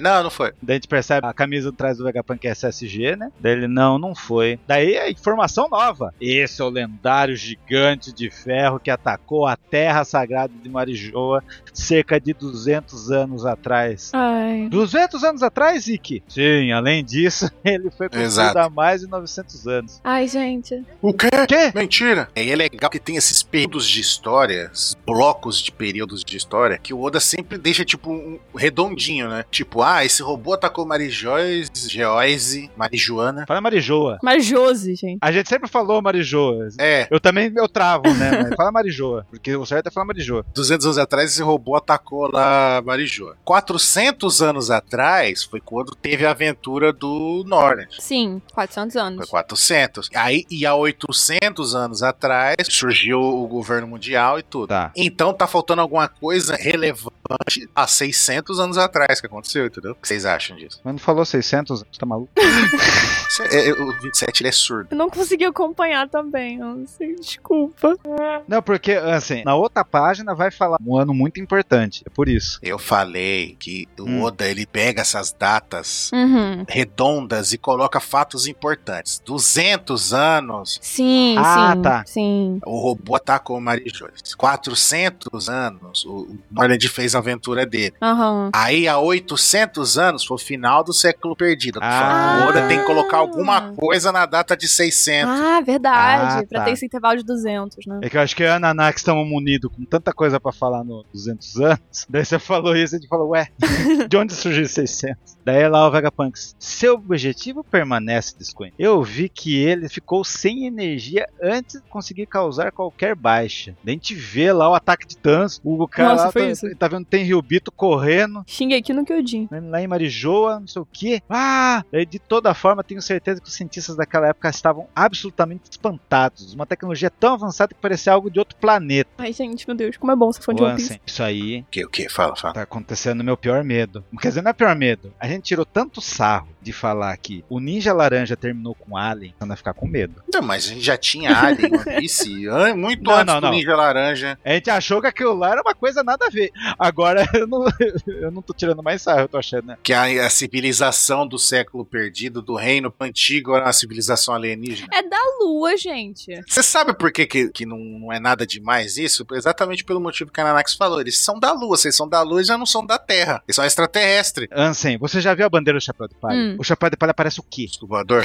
Não, não foi. Daí a gente percebe a camisa atrás do Vegapunk é SSG, né? Daí ele, não, não foi. Daí a informação nova. Esse é o lendário gigante de ferro que atacou a terra sagrada de Marijoa cerca de 200 anos atrás. Ai. 200 anos atrás, Ikki? Sim, além disso, *laughs* ele foi construído Exato. há mais de 900 anos. Ai, gente. O quê? Quê? Mentira! E é legal que tem esses períodos de história, esses blocos de períodos de história, que o Oda sempre deixa, tipo, um redondinho, né? Tipo, ah, esse robô atacou Marijóis, Geoise, Marijuana. Fala Marijoa. Mas Josi, gente. A gente sempre falou Marijoa. É, Eu também eu travo, né? Mas fala Marijoa. Porque o certo é falar Marijoa. 200 anos atrás esse robô atacou lá Marijoa. 400 anos atrás foi quando teve a aventura do Norland. Sim, 400 Foi anos. 400. Aí, e há 800 anos atrás surgiu o governo mundial e tudo. Tá. Então tá faltando alguma coisa relevante há 600 anos atrás que aconteceu, entendeu? O que vocês acham disso? Mas não falou 600? Você tá maluco? Cê- é, é, o 27 ele é surdo. Eu não consegui acompanhar também, eu não sei, desculpa. Não, porque, assim, na outra página vai falar um ano muito importante. É por isso. Eu falei que Hum. o Oda ele pega essas datas Uhum. redondas e coloca fatos importantes. 200 anos Sim, Ah, sim. tá. Sim. O robô atacou o Mary Joyce. 400 anos, o o Norland fez a aventura dele. Aham. Aí, há 800 anos, foi o final do século perdido. Eu tô Ah. falando, o Oda tem que colocar Ah. alguma coisa na data de 600. Ah, verdade. Ah, pra tá. ter esse intervalo de 200, né? É que eu acho que eu e a Naná que estamos munidos com tanta coisa pra falar no 200 anos. *laughs* Daí você falou isso e a gente falou, ué, de onde surgiu esse 600? Daí lá o Vegapunks, seu objetivo permanece desconhecido. Eu vi que ele ficou sem energia antes de conseguir causar qualquer baixa. Nem te vê lá o ataque de Tans, o cara Nossa, lá foi tá, isso. tá vendo tem Ryubito correndo Xinguei aqui no Kyojin. né, lá em Marijoa, não sei o que. Ah! Daí, De toda forma, tenho certeza que os cientistas daquela época estavam absolutamente espantados. Uma tecnologia tão avançada que parecia algo de outro planeta. Ai, gente, meu Deus, como é bom ser fã de One Piece. Ansem, isso aí O que, o que? Fala, fala. tá acontecendo meu pior medo. Quer dizer, não é pior medo. A gente tirou tanto sarro de falar que o Ninja Laranja terminou com Alien, anda a ficar com medo. Não, mas a gente já tinha Alien, One *laughs* Piece, an- muito Não, antes não, do não. Ninja Laranja. A gente achou que aquilo lá era uma coisa nada a ver. Agora *laughs* eu não, eu não tô tirando mais sarro, eu tô achando, né? Que a, a civilização do século perdido, do reino antigo, era uma civilização alienígena. É da lua, gente. Você sabe por que, que, que não, não é nada demais isso? Exatamente pelo motivo que a Nanax falou. Eles são da Lua, vocês são da Lua e já não são da Terra. Eles são extraterrestres. Ansem, você já viu a bandeira do Chapéu de Palha? Hum. O Chapéu de Palha parece o quê? *laughs* Desculpador.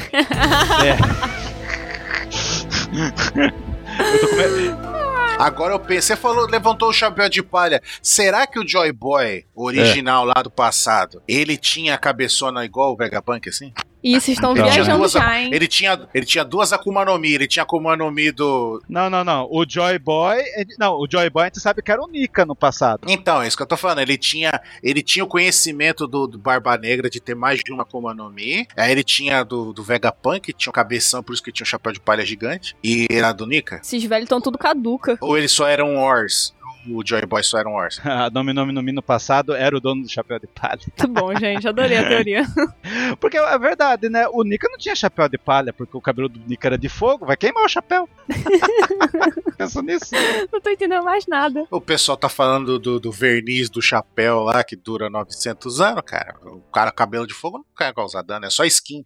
Eu tô com medo. Agora eu penso, você falou, levantou o chapéu de palha. Será que o Joy Boy original lá do passado, ele tinha a cabeçona igual o Vegapunk, assim? E vocês estão Não. viajando Duas- já, hein? Ele tinha, ele tinha duas Akuma no Mi, ele tinha Akuma no Mi do... Não, não, não. O Joy Boy. ele- Não, o Joy Boy a gente sabe que era o Nika no passado. *laughs* Então, é isso que eu tô falando. Ele tinha, ele tinha o conhecimento do, do Barba Negra de ter mais de uma Akuma no Mi. Aí ele tinha do, do Vegapunk, tinha um cabeção, por isso que tinha um chapéu de palha gigante. E era do Nika. Esses velhos estão tudo *laughs* caduca. Ou ele só era um Ors? O Joy Boy só era um Ors? A Nome Nome no Mi no passado era o dono do chapéu de palha. *laughs* Muito Tá bom, gente. Adorei a teoria. Porque é verdade, né? O Nika não tinha chapéu de palha, porque o cabelo do Nika era de fogo, vai queimar o chapéu. Pensa nisso. Não tô entendendo mais nada. O pessoal tá falando do, do verniz do chapéu lá que dura 900 anos, cara. O cara com cabelo de fogo não quer causar dano, é só skin.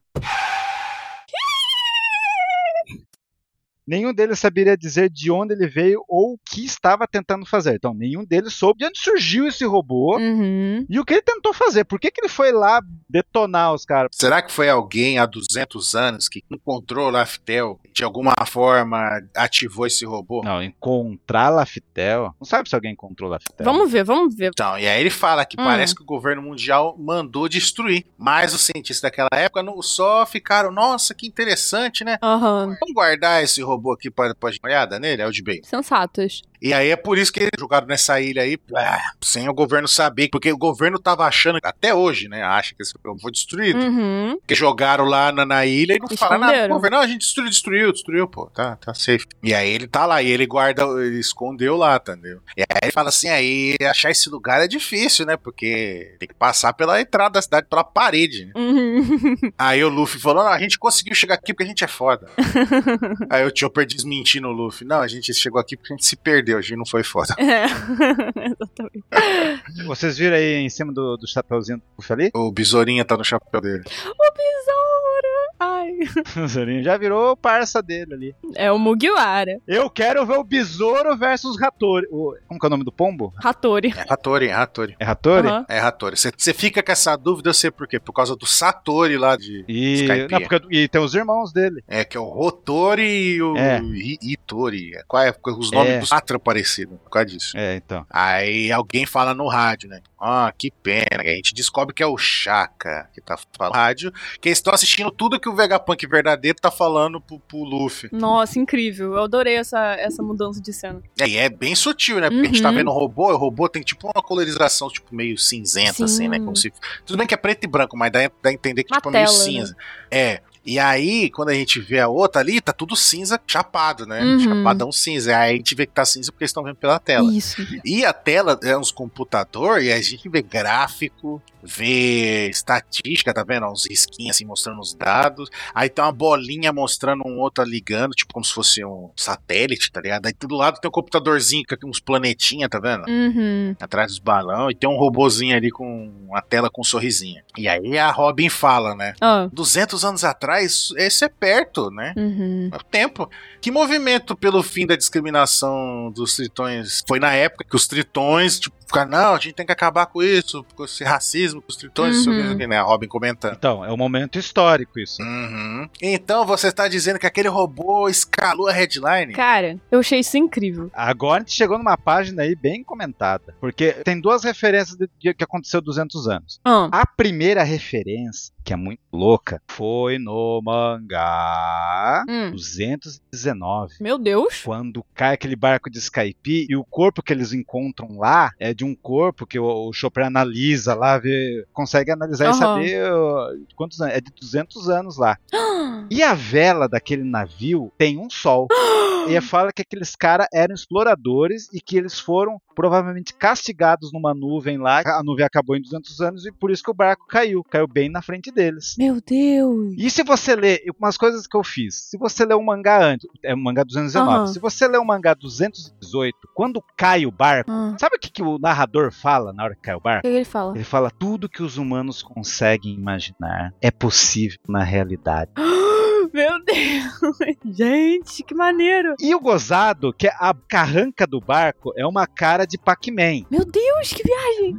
Nenhum deles saberia dizer de onde ele veio ou o que estava tentando fazer. Então, nenhum deles soube de onde surgiu esse robô. Uhum. E o que ele tentou fazer? Por que, que ele foi lá detonar os caras? Será que foi alguém há 200 anos que encontrou o Laftel de alguma forma ativou esse robô? Não, encontrar Laftel. Não sabe se alguém encontrou Laftel. Vamos ver, vamos ver. Então, e aí ele fala que Hum. parece que o governo mundial mandou destruir, mas os cientistas daquela época não- só ficaram, nossa, que interessante, né? Aham. Vamos guardar esse robô aqui pra, pra gente dar uma olhada nele, é o de bem. Sensatos. E aí é por isso que eles jogaram nessa ilha aí, ah, sem o governo saber, porque o governo tava achando, até hoje, né, acha que esse programa foi destruído, Uhum. porque jogaram lá na, na ilha e não falaram nada pro Esconderam. governo, não, a gente destruiu, destruiu, destruiu, pô, tá, tá safe. E aí ele tá lá, e ele guarda, ele escondeu lá, entendeu? E aí ele fala assim, aí achar esse lugar é difícil, né, porque tem que passar pela entrada da cidade, pela parede, *laughs* né? Uhum. Aí o Luffy falou, não, a gente conseguiu chegar aqui porque a gente é foda. aí o Chopper desmentindo o Luffy, não, a gente chegou aqui porque a gente se perdeu, a gente não foi foda. É. *laughs* Exatamente. Vocês viram aí em cima do, do chapéuzinho do puxa ali? *laughs* O besourinha tá no chapéu dele. O besouro! né? Ai. Zanzarino já virou parça dele ali. É o Mugiwara. Eu quero ver o Besouro versus Hattori. O- Como que é o nome do pombo? Hattori. É Hattori, é Hattori. É Hattori? Aham. É Hattori. Você fica com essa dúvida, eu sei por quê. Por causa do Satori lá de. E, Skypiea. não, porque- e tem os irmãos dele. É, que é o Rotori e o É. I- Itori. É, Qual é? Porque Os nomes É. dos quatro parecidos, por causa disso. É, então. Aí alguém fala no rádio, né? Ah, que pena. A gente descobre que é o Chaka que tá falando no rádio. Que eles estão assistindo tudo que o Vegapunk verdadeiro tá falando pro, pro Luffy. Nossa, incrível. Eu adorei essa, essa mudança de cena. É, E é bem sutil, né? Porque a gente tá Uhum. vendo o robô, e o robô tem tipo uma colorização tipo meio cinzenta, Sim. assim, né? Como se... Tudo bem que é preto e branco, mas dá, dá a entender que Uma tipo, é meio tela, né? cinza. É. E aí, quando a gente vê a outra ali, tá tudo cinza, chapado, né? Uhum. Chapadão cinza. Aí a gente vê que tá cinza porque eles estão vendo pela tela. Isso. E a tela é uns computador e a gente vê gráfico, vê estatística, tá vendo? Uns risquinhos assim mostrando os dados. Aí tem uma bolinha mostrando um outro ligando, tipo como se fosse um satélite, tá ligado? Aí do lado tem um computadorzinho que tem uns planetinha, tá vendo? Uhum. Atrás dos balão e tem um robozinho ali com uma tela com um sorrisinho. E aí a Robin fala, né? Ah. 200 anos atrás, esse é perto, né? Uhum. É o tempo. Que movimento pelo fim da discriminação dos tritões foi na época que os tritões, tipo, ficaram, não, a gente tem que acabar com isso, com esse racismo com os tritões, Uhum. isso mesmo que, né? A Robin comentando. Então, é um momento histórico isso. Uhum. Então você está dizendo que aquele robô escalou a headline? Cara, eu achei isso incrível. Agora a gente chegou numa página aí bem comentada, porque tem duas referências de, de- que aconteceu 200 anos. Ah. A primeira referência, que é muito louca, foi no mangá Hum. 219. Meu Deus. Quando cai aquele barco de Skype e o corpo que eles encontram lá é de um corpo que o, o Chopper analisa lá, vê, consegue analisar e Aham. saber ó, quantos anos. É de 200 anos lá. E a vela daquele navio tem um sol. E é fala que aqueles caras eram exploradores e que eles foram provavelmente castigados numa nuvem lá. A nuvem acabou em 200 anos e por isso que o barco caiu. Caiu bem na frente deles. *gasps* Meu Deus. E se você ler, umas coisas que eu fiz, se você ler o mangá antes, é o mangá 219, Aham. se você ler o mangá 218, quando cai o barco, Ah. sabe o que, que o narrador fala na hora que cai o O barco? que ele fala? Ele fala, tudo que os humanos conseguem imaginar é possível na realidade. *laughs* Meu Deus. *laughs* Gente, que maneiro. E o gozado, que é a carranca do barco, é uma cara de Pac-Man. Meu Deus, que viagem.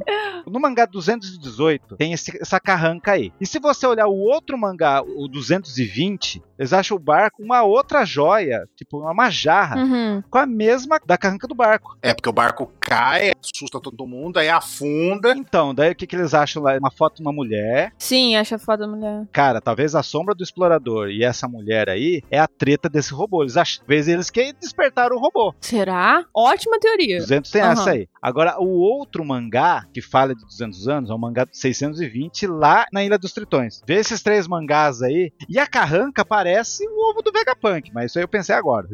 No mangá 218 tem esse- essa carranca aí. E se você olhar o outro mangá, o 220, eles acham o barco uma outra joia, tipo uma jarra, Uhum. com a mesma da carranca do barco. É porque o barco cai, assusta todo mundo, aí afunda. Então, daí o que, que eles acham lá? Uma foto de uma mulher. Sim, acha foda a mulher. Cara, talvez a sombra do explorador e essa mulher aí é a treta desse robô. Eles acham, talvez eles que despertaram o robô. Será? Ótima *laughs* teoria. 200 tem Aham. essa aí. Agora, o outro mangá que fala de 200 anos é o mangá de 620 lá na Ilha dos Tritões. Vê esses três mangás aí. E a carranca parece o ovo do Vegapunk, mas isso aí eu pensei agora.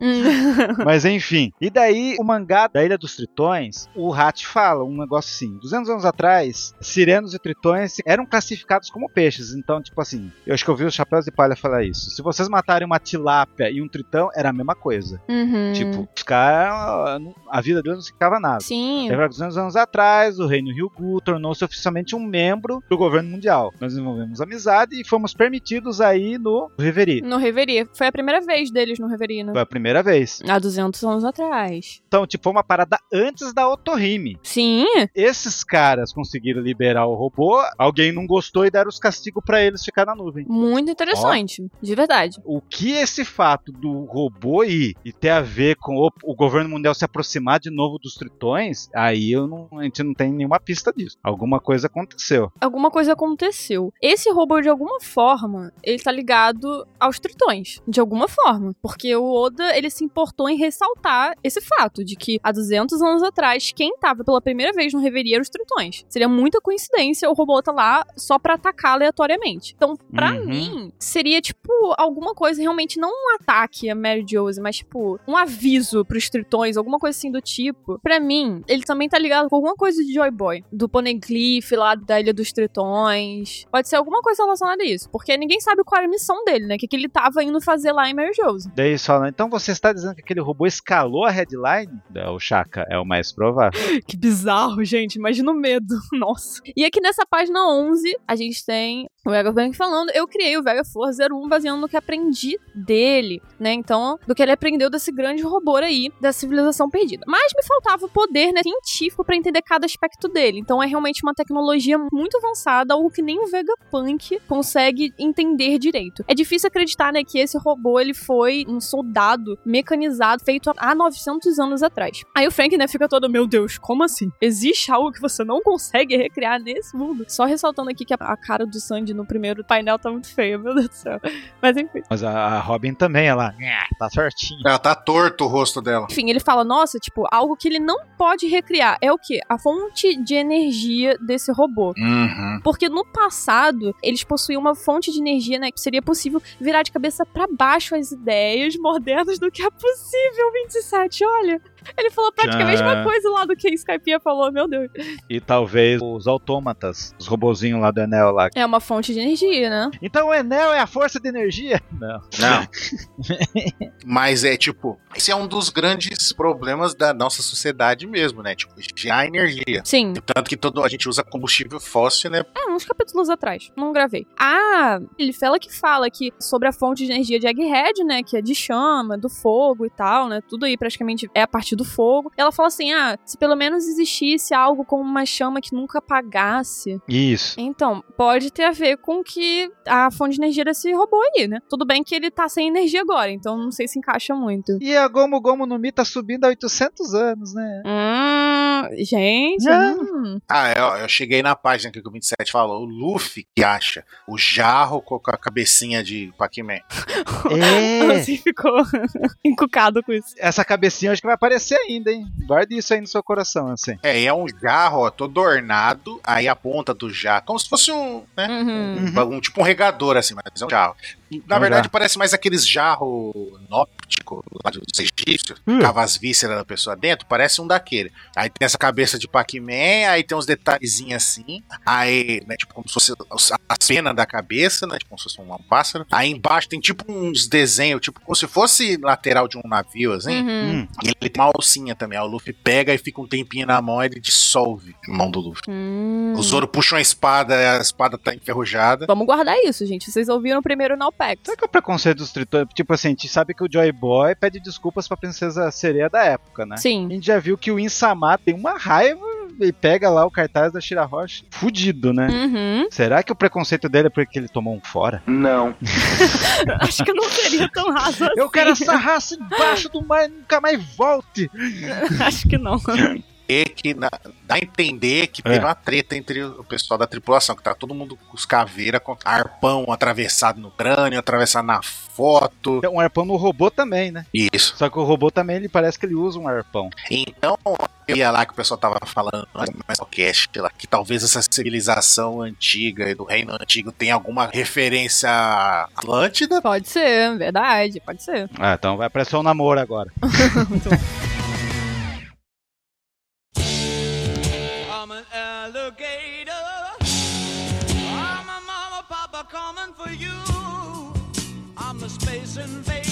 Hum. mas enfim. E daí, o mangá da Ilha dos Tritões, o Hat fala um negócio assim. 200 anos atrás, sirenos e tritões eram classificados como peixes. Então, tipo assim, eu acho que eu vi os Chapéus de Palha falar isso. Se vocês matarem uma tilápia e um tritão, era a mesma coisa. Uhum. Tipo, os caras, a vida deles não significava nada. Sim. Lembra que 200 anos atrás, o reino Ryugu tornou-se oficialmente um membro do governo mundial. Nós desenvolvemos amizade e fomos permitidos aí no Reverie. No Reverie. Foi a primeira vez deles no Reverie, né? Foi a primeira vez. Há 200 anos atrás. Então, tipo, foi uma parada antes da Otohime. Sim. Esses caras conseguiram liberar o robô, alguém não gostou e deram os castigos pra eles ficar na nuvem. Muito interessante. De verdade. O que esse fato do robô ir e ter a ver com o, o governo mundial se aproximar de novo dos tritões, aí eu não, a gente não tem nenhuma pista disso. Alguma coisa aconteceu. Alguma coisa aconteceu. Esse robô, de alguma forma, ele tá ligado aos tritões. De alguma forma. Porque o Oda, ele se importou em ressaltar esse fato de que há 200 anos atrás, quem tava pela primeira vez no Reverie eram os tritões. Seria muita coincidência o robô tá lá só pra atacar aleatoriamente. Então, pra Uhum. mim, seria tipo alguma coisa realmente não um ataque a Mary Jose, mas tipo um aviso pros tritões, alguma coisa assim do tipo. Pra mim, ele também tá ligado com alguma coisa de Joy Boy, do Poneglyph lá da Ilha dos Tritões. Pode ser alguma coisa relacionada a isso, porque ninguém sabe qual era a missão dele, né? O que, que ele tava indo fazer lá em Mary Jose. Daí só, né? então você está dizendo que aquele robô escalou a headline? É, o Chaka é o mais provável. *laughs* Que bizarro, gente. Imagina o medo. Nossa. E aqui nessa página 11, a gente tem O Vegapunk falando, eu criei o Vega Force 01 baseando no que aprendi dele, né? Então, do que ele aprendeu desse grande robô aí, da civilização perdida. Mas me faltava o poder né, científico para entender cada aspecto dele. Então, é realmente uma tecnologia muito avançada, algo que nem o Vegapunk consegue entender direito. É difícil acreditar, né, que esse robô ele foi um soldado mecanizado feito há 900 anos atrás. Aí o Frank, né, fica todo, meu Deus, como assim? Existe algo que você não consegue recriar nesse mundo? Só ressaltando aqui que a- a cara do Sandy no primeiro painel tá muito feia, meu Deus do céu. *laughs* Mas enfim. Mas a, a Robin também, ela "Nha, tá certinho. Ela tá torto o rosto dela. Enfim, ele fala, nossa, tipo, algo que ele não pode recriar. É o quê? A fonte de energia desse robô. Uhum. Porque no passado, eles possuíam uma fonte de energia, né? Que seria possível virar de cabeça pra baixo as ideias modernas do que é possível, 27, olha. Ele falou praticamente a Tcharam. mesma coisa lá do que Skypiea falou, meu Deus. E talvez os autômatas, os robozinhos lá do Enel lá. É uma fonte de energia, né? Então o Enel é a força de energia? Não. Não. *laughs* Mas é tipo, esse é um dos grandes problemas da nossa sociedade mesmo, né? Tipo, gerar energia. Sim. Tanto que todo, a gente usa combustível fóssil, né? É, uns capítulos atrás. Não gravei. Ah, ele fala que fala que sobre a fonte de energia de Egghead, né? Que é de chama, do fogo e tal, né? Tudo aí praticamente é a partir do fogo. Ela fala assim: ah, se pelo menos existisse algo como uma chama que nunca apagasse. Isso. Então, pode ter a ver com que a fonte de energia desse robô aí, né? Tudo bem que ele tá sem energia agora, então não sei se encaixa muito. E a Gomu Gomu no Mi tá subindo há 800 anos, né? Hum, gente. Não. hum. *laughs* Ah, eu, eu cheguei na página que o 27 falou. O Luffy que acha o jarro com a cabecinha de Pac-Man. *laughs* É. Você ficou *laughs* encucado com isso. Essa cabecinha acho que vai aparecer ainda, hein? Guarde isso aí no seu coração, assim. É, e é um jarro, ó, todo ornado. Aí a ponta do jarro, como se fosse um, né? Uhum. Um, um- tipo um regador, assim, mas é um jarro. Na um verdade, jarro. parece mais aqueles jarro nóptico lá dos egípcios, Hum. cava as vísceras da pessoa dentro, parece um daquele. Aí tem essa cabeça de Pac-Man, aí tem uns detalhezinhos assim, aí, né, tipo, como se fosse os- a cena da cabeça, né, tipo, como se fosse um um pássaro. Aí embaixo tem tipo uns desenhos, tipo, como se fosse lateral de um navio, assim. Uhum. Hum. E ele tem uma alcinha também, ó, o Luffy pega e fica um tempinho na mão, ele dissolve a mão do Luffy. Hum. O Zoro puxa uma espada, a espada tá enferrujada. Vamos guardar isso, gente. Vocês ouviram primeiro no Alpex. Sabe que é o preconceito dos tritões? Tipo assim, a gente sabe que o Joy Boy pede desculpas pra princesa sereia da época, né? A Sim. gente já viu que o Insama tem uma raiva e pega lá o cartaz da Shira Rocha. Fudido, né? Uhum. Será que o preconceito dele é porque ele tomou um fora? Não. Acho que eu não seria tão raso assim. Eu quero essa raça embaixo do mar e nunca mais volte! *laughs* Acho que não. e que na- dá a entender que É. teve uma treta entre o pessoal da tripulação, que tá todo mundo com os caveira, com arpão atravessado no crânio, atravessado na foto. Então, um arpão no robô também, né? Isso. Só que o robô também, ele parece que ele usa um arpão. Então, eu ia lá que o pessoal tava falando mas o cast lá, que talvez essa civilização antiga e do reino antigo tenha alguma referência à Atlântida. Pode ser, verdade, pode ser. Ah, então vai aparecer um namoro agora. I'm an alligator. I'm a mama, papa coming for you. I'm a space invader.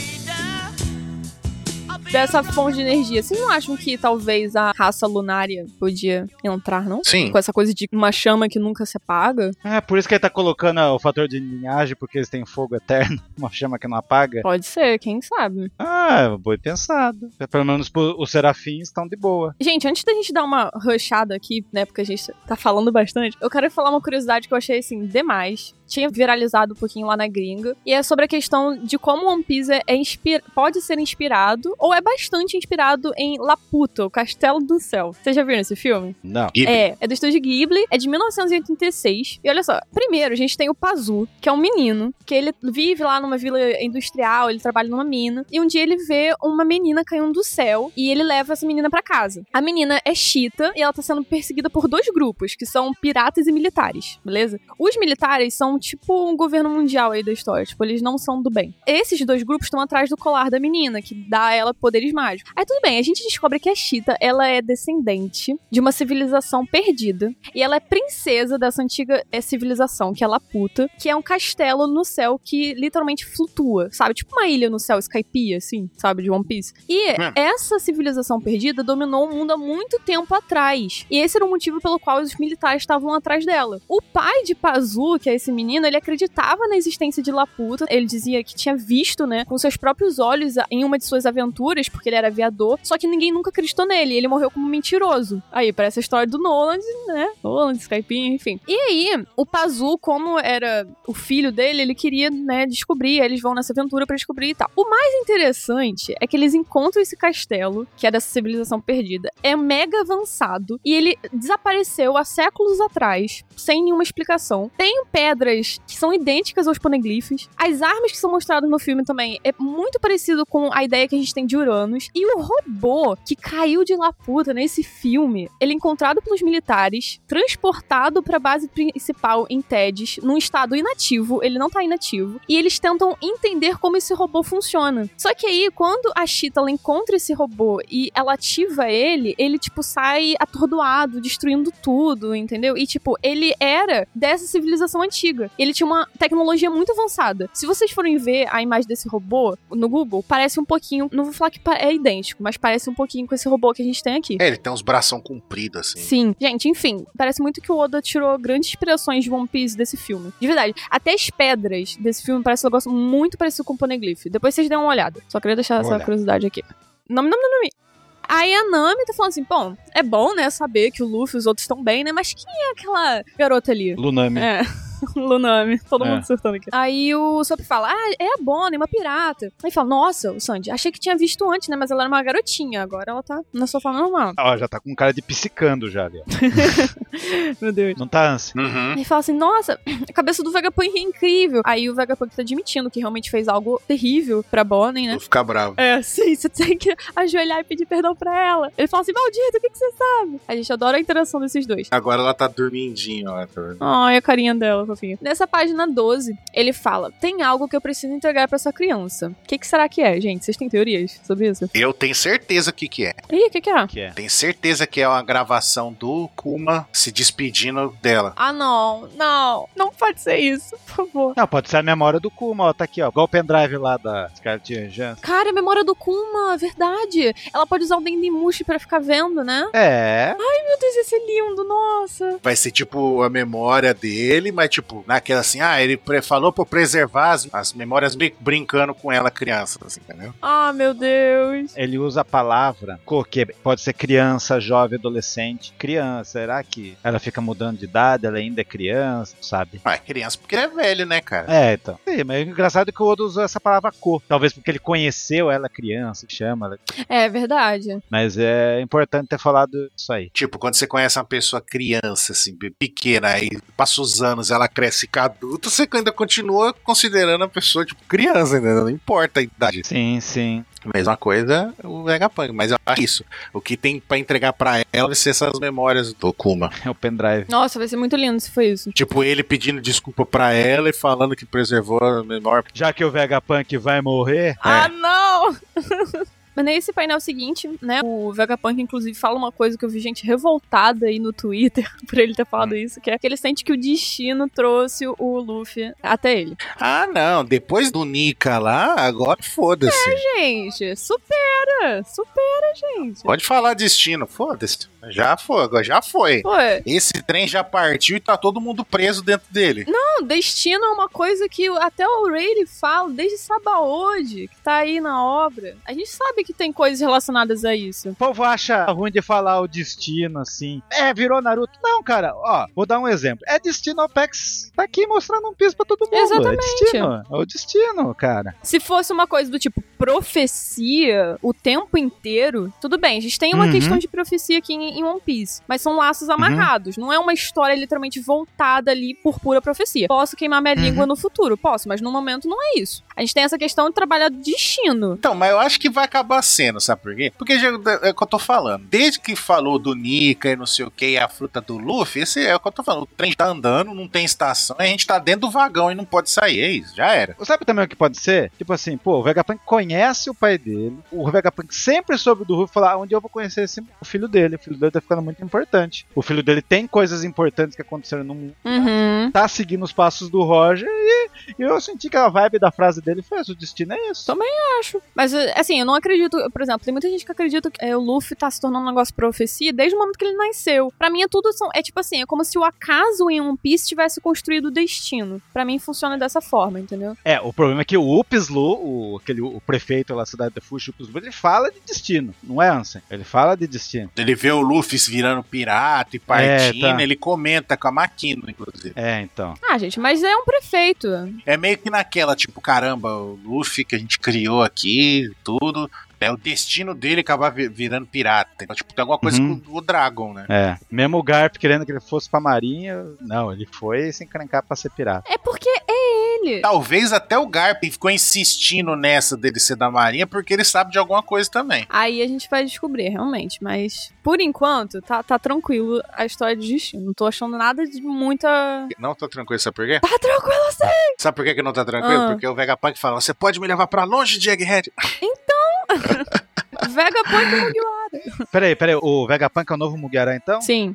I'll be Dessa fonte de energia, vocês não acham que talvez a raça lunária podia entrar, não? Sim. Com essa coisa de uma chama que nunca se apaga? É, por isso que ele tá colocando ah, o fator de linhagem, porque eles têm fogo eterno, *laughs* uma chama que não apaga. Pode ser, quem sabe. Ah, boi pensado. É, Pelo menos pô, os serafins estão de boa. Gente, antes da gente dar uma rushada aqui, né, porque a gente tá falando bastante, eu quero falar uma curiosidade que eu achei, assim, demais. Tinha viralizado um pouquinho lá na gringa. E é sobre a questão de como One Piece é inspir- pode ser inspirado, ou é bastante inspirado em Laputa, o Castelo do Céu. Vocês já viram esse filme? Não. Ghibli. É, é do estúdio Ghibli, é de 1986. E olha só, primeiro a gente tem o Pazu, que é um menino, que ele vive lá numa vila industrial, ele trabalha numa mina, e um dia ele vê uma menina caindo do céu e ele leva essa menina pra casa. A menina é chita e ela tá sendo perseguida por dois grupos, que são piratas e militares, beleza? Os militares são tipo um governo mundial aí da história, tipo, eles não são do bem. Esses dois grupos estão atrás do colar da menina, que dá a ela poderes mágicos. Aí tudo bem, a gente descobre que a Chita, ela é descendente de uma civilização perdida, e ela é princesa dessa antiga eh, civilização, que é Laputa, que é um castelo no céu que literalmente flutua, sabe? Tipo uma ilha no céu, Skypiea, assim, sabe? De One Piece. E Hum. essa civilização perdida dominou o mundo há muito tempo atrás. E esse era o motivo pelo qual os militares estavam atrás dela. O pai de Pazu, que é esse menino, menino, ele acreditava na existência de Laputa. Ele dizia que tinha visto, né, com seus próprios olhos a- em uma de suas aventuras, porque ele era aviador. Só que ninguém nunca acreditou nele. e Ele morreu como mentiroso. Aí, parece a história do Nolan, né? Nolan, Skypinho, enfim. E aí, o Pazu, como era o filho dele, ele queria, né, descobrir. Aí eles vão nessa aventura pra descobrir e tal. O mais interessante é que eles encontram esse castelo, que é dessa civilização perdida. É mega avançado e ele desapareceu há séculos atrás, sem nenhuma explicação. Tem pedras que são idênticas aos poneglyphs. As armas que são mostradas no filme também é muito parecido com a ideia que a gente tem de Uranus. E o robô que caiu de Laputa nesse filme, ele é encontrado pelos militares, transportado pra base principal em Tedes, num estado inativo, ele não tá inativo, e eles tentam entender como esse robô funciona. Só que aí, quando a Cheetah ela encontra esse robô e ela ativa ele, ele, tipo, sai atordoado, destruindo tudo, entendeu? E, tipo, ele era dessa civilização antiga. Ele tinha uma tecnologia muito avançada. Se vocês forem ver a imagem desse robô no Google, parece um pouquinho. Não vou falar que pa- é idêntico, mas parece um pouquinho com esse robô que a gente tem aqui. É, ele tem uns bração comprido, assim. Sim. Gente, enfim, parece muito que o Oda tirou grandes inspirações de One Piece desse filme. De verdade. Até as pedras desse filme parece um negócio muito parecido com o Poneglyph. Depois vocês dão uma olhada. Só queria deixar essa Olha. curiosidade aqui. Nome, nome, nome. Aí a Nami tá falando assim, bom, é bom, né, saber que o Luffy e os outros estão bem, né, mas quem é aquela garota ali? Lunami. É. *laughs* Lunami, todo É. mundo surtando aqui. Aí o Sop fala: Ah, é a Bonnie, uma pirata. Aí fala: Nossa, o Sandy, achei que tinha visto antes, né? Mas ela era uma garotinha, agora ela tá na sua forma normal. Ó, já tá com cara de psicando já ali. ó. Meu Deus. Não tá ânsia. Uhum. Aí fala assim, nossa, a cabeça do Vegapunk é incrível. Aí o Vegapunk tá admitindo que realmente fez algo terrível pra Bonnie, né? Vou ficar bravo. É, sim, você tem que ajoelhar e pedir perdão pra ela. Ele fala assim, maldito, o que, que você sabe? A gente adora a interação desses dois. Agora ela tá dormindinha, ó. tá vendo? Ai, a carinha dela, fofinha. Nessa página 12, ele fala: tem algo que eu preciso entregar pra essa criança. O que, que será que é, gente? Vocês têm teorias sobre isso? Eu tenho certeza o que que é. Ih, o que, que é? Que é. Tenho certeza que é uma gravação do Kuma se despedindo dela. Ah, não, não, não pode ser isso, por favor. Não, pode ser a memória do Kuma, ó. Tá aqui, ó. Igual o pendrive lá da Scarlett Johansson. Cara, é a memória do Kuma, verdade. Ela pode usar o Dendemushi pra ficar vendo, né? É. Meu Deus, esse é lindo, nossa. Vai ser tipo a memória dele, mas tipo, naquela assim, ah, ele pre- falou pra eu preservar as, as memórias brin- brincando com ela, criança, assim, entendeu? Ah, meu Deus. Ele usa a palavra co, que pode ser criança, jovem, adolescente. Criança, será que ela fica mudando de idade? Ela ainda é criança, sabe? Ah, é criança porque é velho, né, cara? É, então. Sim, mas o engraçado é que o Oda usou essa palavra co. Talvez porque ele conheceu ela criança, que chama ela. É verdade. Mas é importante ter falado isso aí. Tipo, quando você conhece uma pessoa criança, assim, pe- pequena, aí passa os anos, ela cresce fica adulta, você ainda continua considerando a pessoa, tipo, criança, entendeu? Não importa a idade. Sim, sim. Mesma coisa o Vegapunk, mas eu acho isso. O que tem pra entregar pra ela vai ser essas memórias do Kuma. É o pendrive. Nossa, vai ser muito lindo se foi isso. Tipo, ele pedindo desculpa pra ela e falando que preservou a memória. Já que o Vegapunk vai morrer, Ah, não! *laughs* Mas nesse painel seguinte, né, o Vegapunk inclusive fala uma coisa que eu vi gente revoltada aí no Twitter *laughs* por ele ter falado isso, que é que ele sente que o destino trouxe o Luffy até ele. Ah, não, depois do Nika lá, agora foda-se. Gente, supera! Supera, gente! Pode falar destino, foda-se. Já foi, agora já foi. Pô, Esse trem já partiu e tá todo mundo preso dentro dele. não, destino é uma coisa que até o Ray ele fala desde Sabaody, que tá aí na obra. A gente sabe que tem coisas relacionadas a isso. O povo acha ruim de falar o destino, assim. É, virou Naruto. Não, cara, ó, vou dar um exemplo. É destino Apex. Tá aqui mostrando um piso pra todo mundo. Exatamente. É destino. É o destino, cara. Se fosse uma coisa do tipo profecia o tempo inteiro, tudo bem. A gente tem uma Uhum. questão de profecia aqui em, em One Piece, mas são laços amarrados. Não é uma história literalmente voltada ali por pura profecia. Posso queimar minha Uhum. língua no futuro? Posso, mas no momento não é isso. A gente tem essa questão de trabalhar destino. Então, mas eu acho que vai acabar sendo, sabe por quê? Porque já- é o que eu tô falando. Desde que falou do Nika e não sei o que, e a fruta do Luffy, esse é o que eu tô falando. O trem tá andando, não tem estação, a gente tá dentro do vagão e não pode sair. É isso, já era. Sabe também o que pode ser? Tipo assim, pô, o Vegapunk conhece o pai dele. O Vegapunk sempre soube do Ruff falar "Ah, onde eu vou conhecer esse, o filho dele. O filho dele tá ficando muito importante. O filho dele tem coisas importantes que aconteceram no mundo. Uhum. Tá seguindo os passos do Roger e, e eu senti que a vibe da frase dele fez. O destino é esse. Também acho. Mas, eh, assim, eu não acredito. Por exemplo, tem muita gente que acredita que eh, o Luffy tá se tornando um negócio de profecia desde o momento que ele nasceu. Pra mim, é tudo. São, é tipo assim, é como se o acaso em One Piece tivesse construído o destino. Pra mim, funciona dessa forma, entendeu? É, o problema é que o Upslu, o, aquele, o prefeito lá da cidade da Fuji, o Upslu, ele fala de destino, não é, Ansem? Ele fala de destino. Ele vê o Luffy se virando pirata e partindo, É, tá. ele comenta com a Makino, inclusive. É, então. Ah, gente, mas é um prefeito. É meio que naquela, tipo, caramba, o Luffy que a gente criou aqui, tudo. É o destino dele acabar vi- virando pirata. Então, tipo, tem alguma coisa Uhum. com o Dragon, né? É. Mesmo o Garp querendo que ele fosse pra marinha, não, ele foi se encrencar pra ser pirata. É porque é ele. Talvez até o Garp ficou insistindo nessa dele ser da Marinha, porque ele sabe de alguma coisa também. Aí a gente vai descobrir, realmente. Mas, por enquanto, tá, tá tranquilo a história de destino. Não tô achando nada de muita. Não tá tranquilo, sabe por quê? *laughs* Tá tranquilo assim! Sabe por que, que não tá tranquilo? Ah. Porque o Vegapunk fala: você pode me levar pra longe de Egghead? Vegapunk e Mugiwara. Peraí, peraí, o Vegapunk é o novo Mugiará *laughs* então? Sim.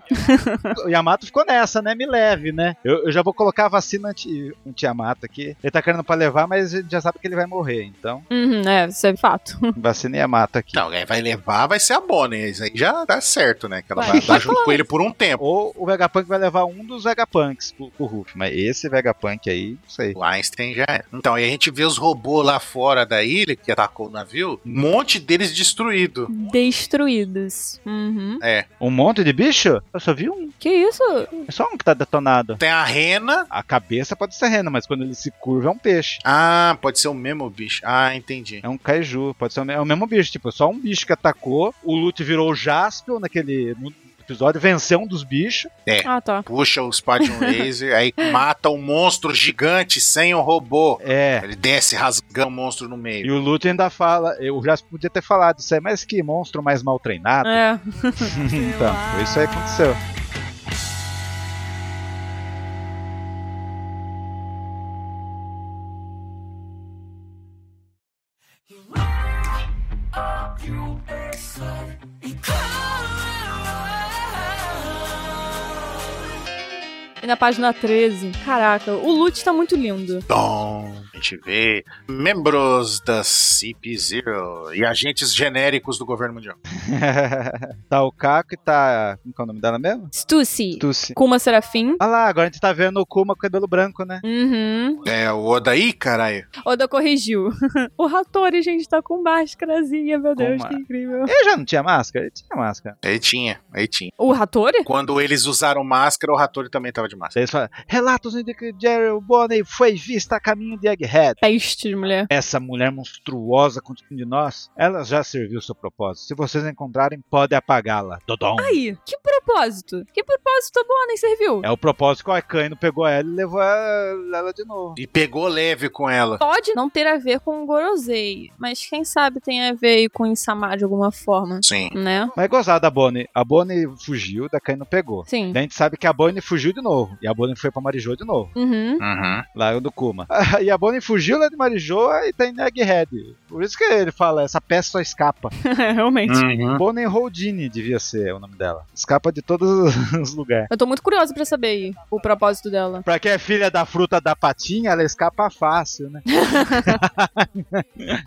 O Yamato ficou nessa, né? Me leve, né? Eu, eu já vou colocar a vacina anti- anti-Yamato aqui. Ele tá querendo pra levar, mas a gente já sabe que ele vai morrer, *laughs* então Uhum, é, isso é fato. vacina Yamato aqui. Não, quem vai levar vai ser a Bonnie. Isso aí já dá certo, né? Que ela Vai. vai *laughs* andar Vai junto falar. com ele por um tempo. Ou o Vegapunk vai levar um dos Vegapunks pro, pro Ruff, mas esse Vegapunk aí, não sei. O Einstein já é. Então, aí a gente vê os robôs lá fora da ilha que atacou o navio, um monte deles destruído. Destruídos. Uhum. É. Um monte de bicho? Eu só vi um. Que isso? É só um que tá detonado. Tem a rena. A cabeça pode ser rena, mas quando ele se curva é um peixe. Ah, pode ser o mesmo bicho. Ah, entendi. É um kaiju, pode ser o me- é o mesmo bicho, tipo, só um bicho que atacou, o Lute virou o Jaspion naquele no episódio, venceu um dos bichos. Ah, tá. Puxa os Spadium Laser, aí mata um monstro gigante sem o robô. É. Ele desce rasgando o monstro no meio. E o Lute ainda fala, e o Jaspion podia ter falado isso aí, mas que monstro mais mal treinado. É. então, foi isso aí que aconteceu. *laughs* E na página 13. Caraca, o loot tá muito lindo. Então, a gente vê membros da CP0 e agentes genéricos do governo mundial. tá o Caco e tá. Como que é o nome dela mesmo? Stussy. Tussi. Kuma Serafim. Ah lá, agora a gente tá vendo o Kuma com cabelo branco, né? Uhum. É, o Odaí, caralho. Oda corrigiu. *laughs* o Hattori, gente, tá com máscarazinha, meu Deus, Kuma. que incrível. Ele já não tinha máscara? Ele tinha máscara. Aí tinha, aí tinha. O Hattori? Quando eles usaram máscara, o Hattori também tava de máscara. Daí Eles falam, relatos indicam que Jerry Bonney foi vista a caminho de Egghead. Peste de mulher. Essa mulher monstruosa com de nós, ela já serviu seu propósito. Se vocês a encontrarem, podem apagá-la. Dodom. Aí, que propósito? Que propósito boa nem serviu? É o propósito que o Akainu pegou ela e levou ela ela de novo. E pegou leve com ela. Pode não ter a ver com o Gorosei, mas quem sabe tem a ver aí com o Insama de alguma forma, Sim. né? Mas é gozado a Bonnie. A Bonnie fugiu, da Akainu pegou. Sim. Daí a gente sabe que a Bonnie fugiu de novo. E a Bonnie foi pra Marijô de novo. Uhum. *laughs* Uhum. Lá é do Kuma. *laughs* E a Bonnie fugiu lá de Marijô e tá em Egghead. Por isso que ele fala, essa peça só escapa. É, realmente. Uhum. Bonnie Holdini devia ser o nome dela. Escapa de todos *laughs* os lugares. Eu tô muito curiosa pra saber aí o propósito dela. Pra quem é filha da fruta da patinha, ela escapa fácil, né?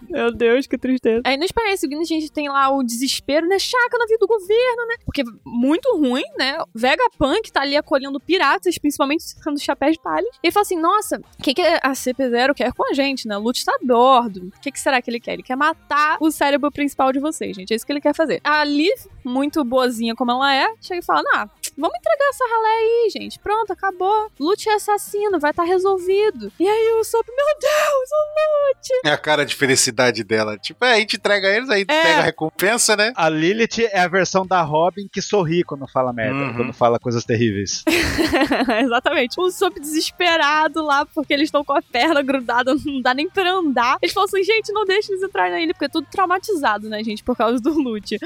Meu Deus, que tristeza. Aí nos países seguintes a gente tem lá o desespero, né? Chaca na vida do governo, né? Porque muito ruim, né? Vegapunk tá ali acolhendo piratas, principalmente sendo chapéus de palha. E ele fala assim: nossa, o que, que a CP0 quer com a gente, né? Lute tá a bordo. O que, que será que ele quer? Ele quer matar o cérebro principal de vocês, gente. É isso que ele quer fazer. A Liv, muito boazinha como ela é, chega e fala: ah, vamos entregar essa ralé aí, gente. Pronto, acabou. Lute é assassino, vai estar tá resolvido. E aí o Sop, meu Deus, o É a cara de felicidade dela. Tipo, é, a gente entrega eles, aí pega a recompensa, né? A Lilith é a versão da Robin que sorri quando fala merda, Uhum. quando fala coisas terríveis. *laughs* Exatamente. O Sop desesperado lá, porque eles estão com a perna grudada, *laughs* não dá nem pra andar. Eles falam assim, gente, não deixa eles entrarem na ilha, porque é tudo traumatizado, né, gente, por causa do loot.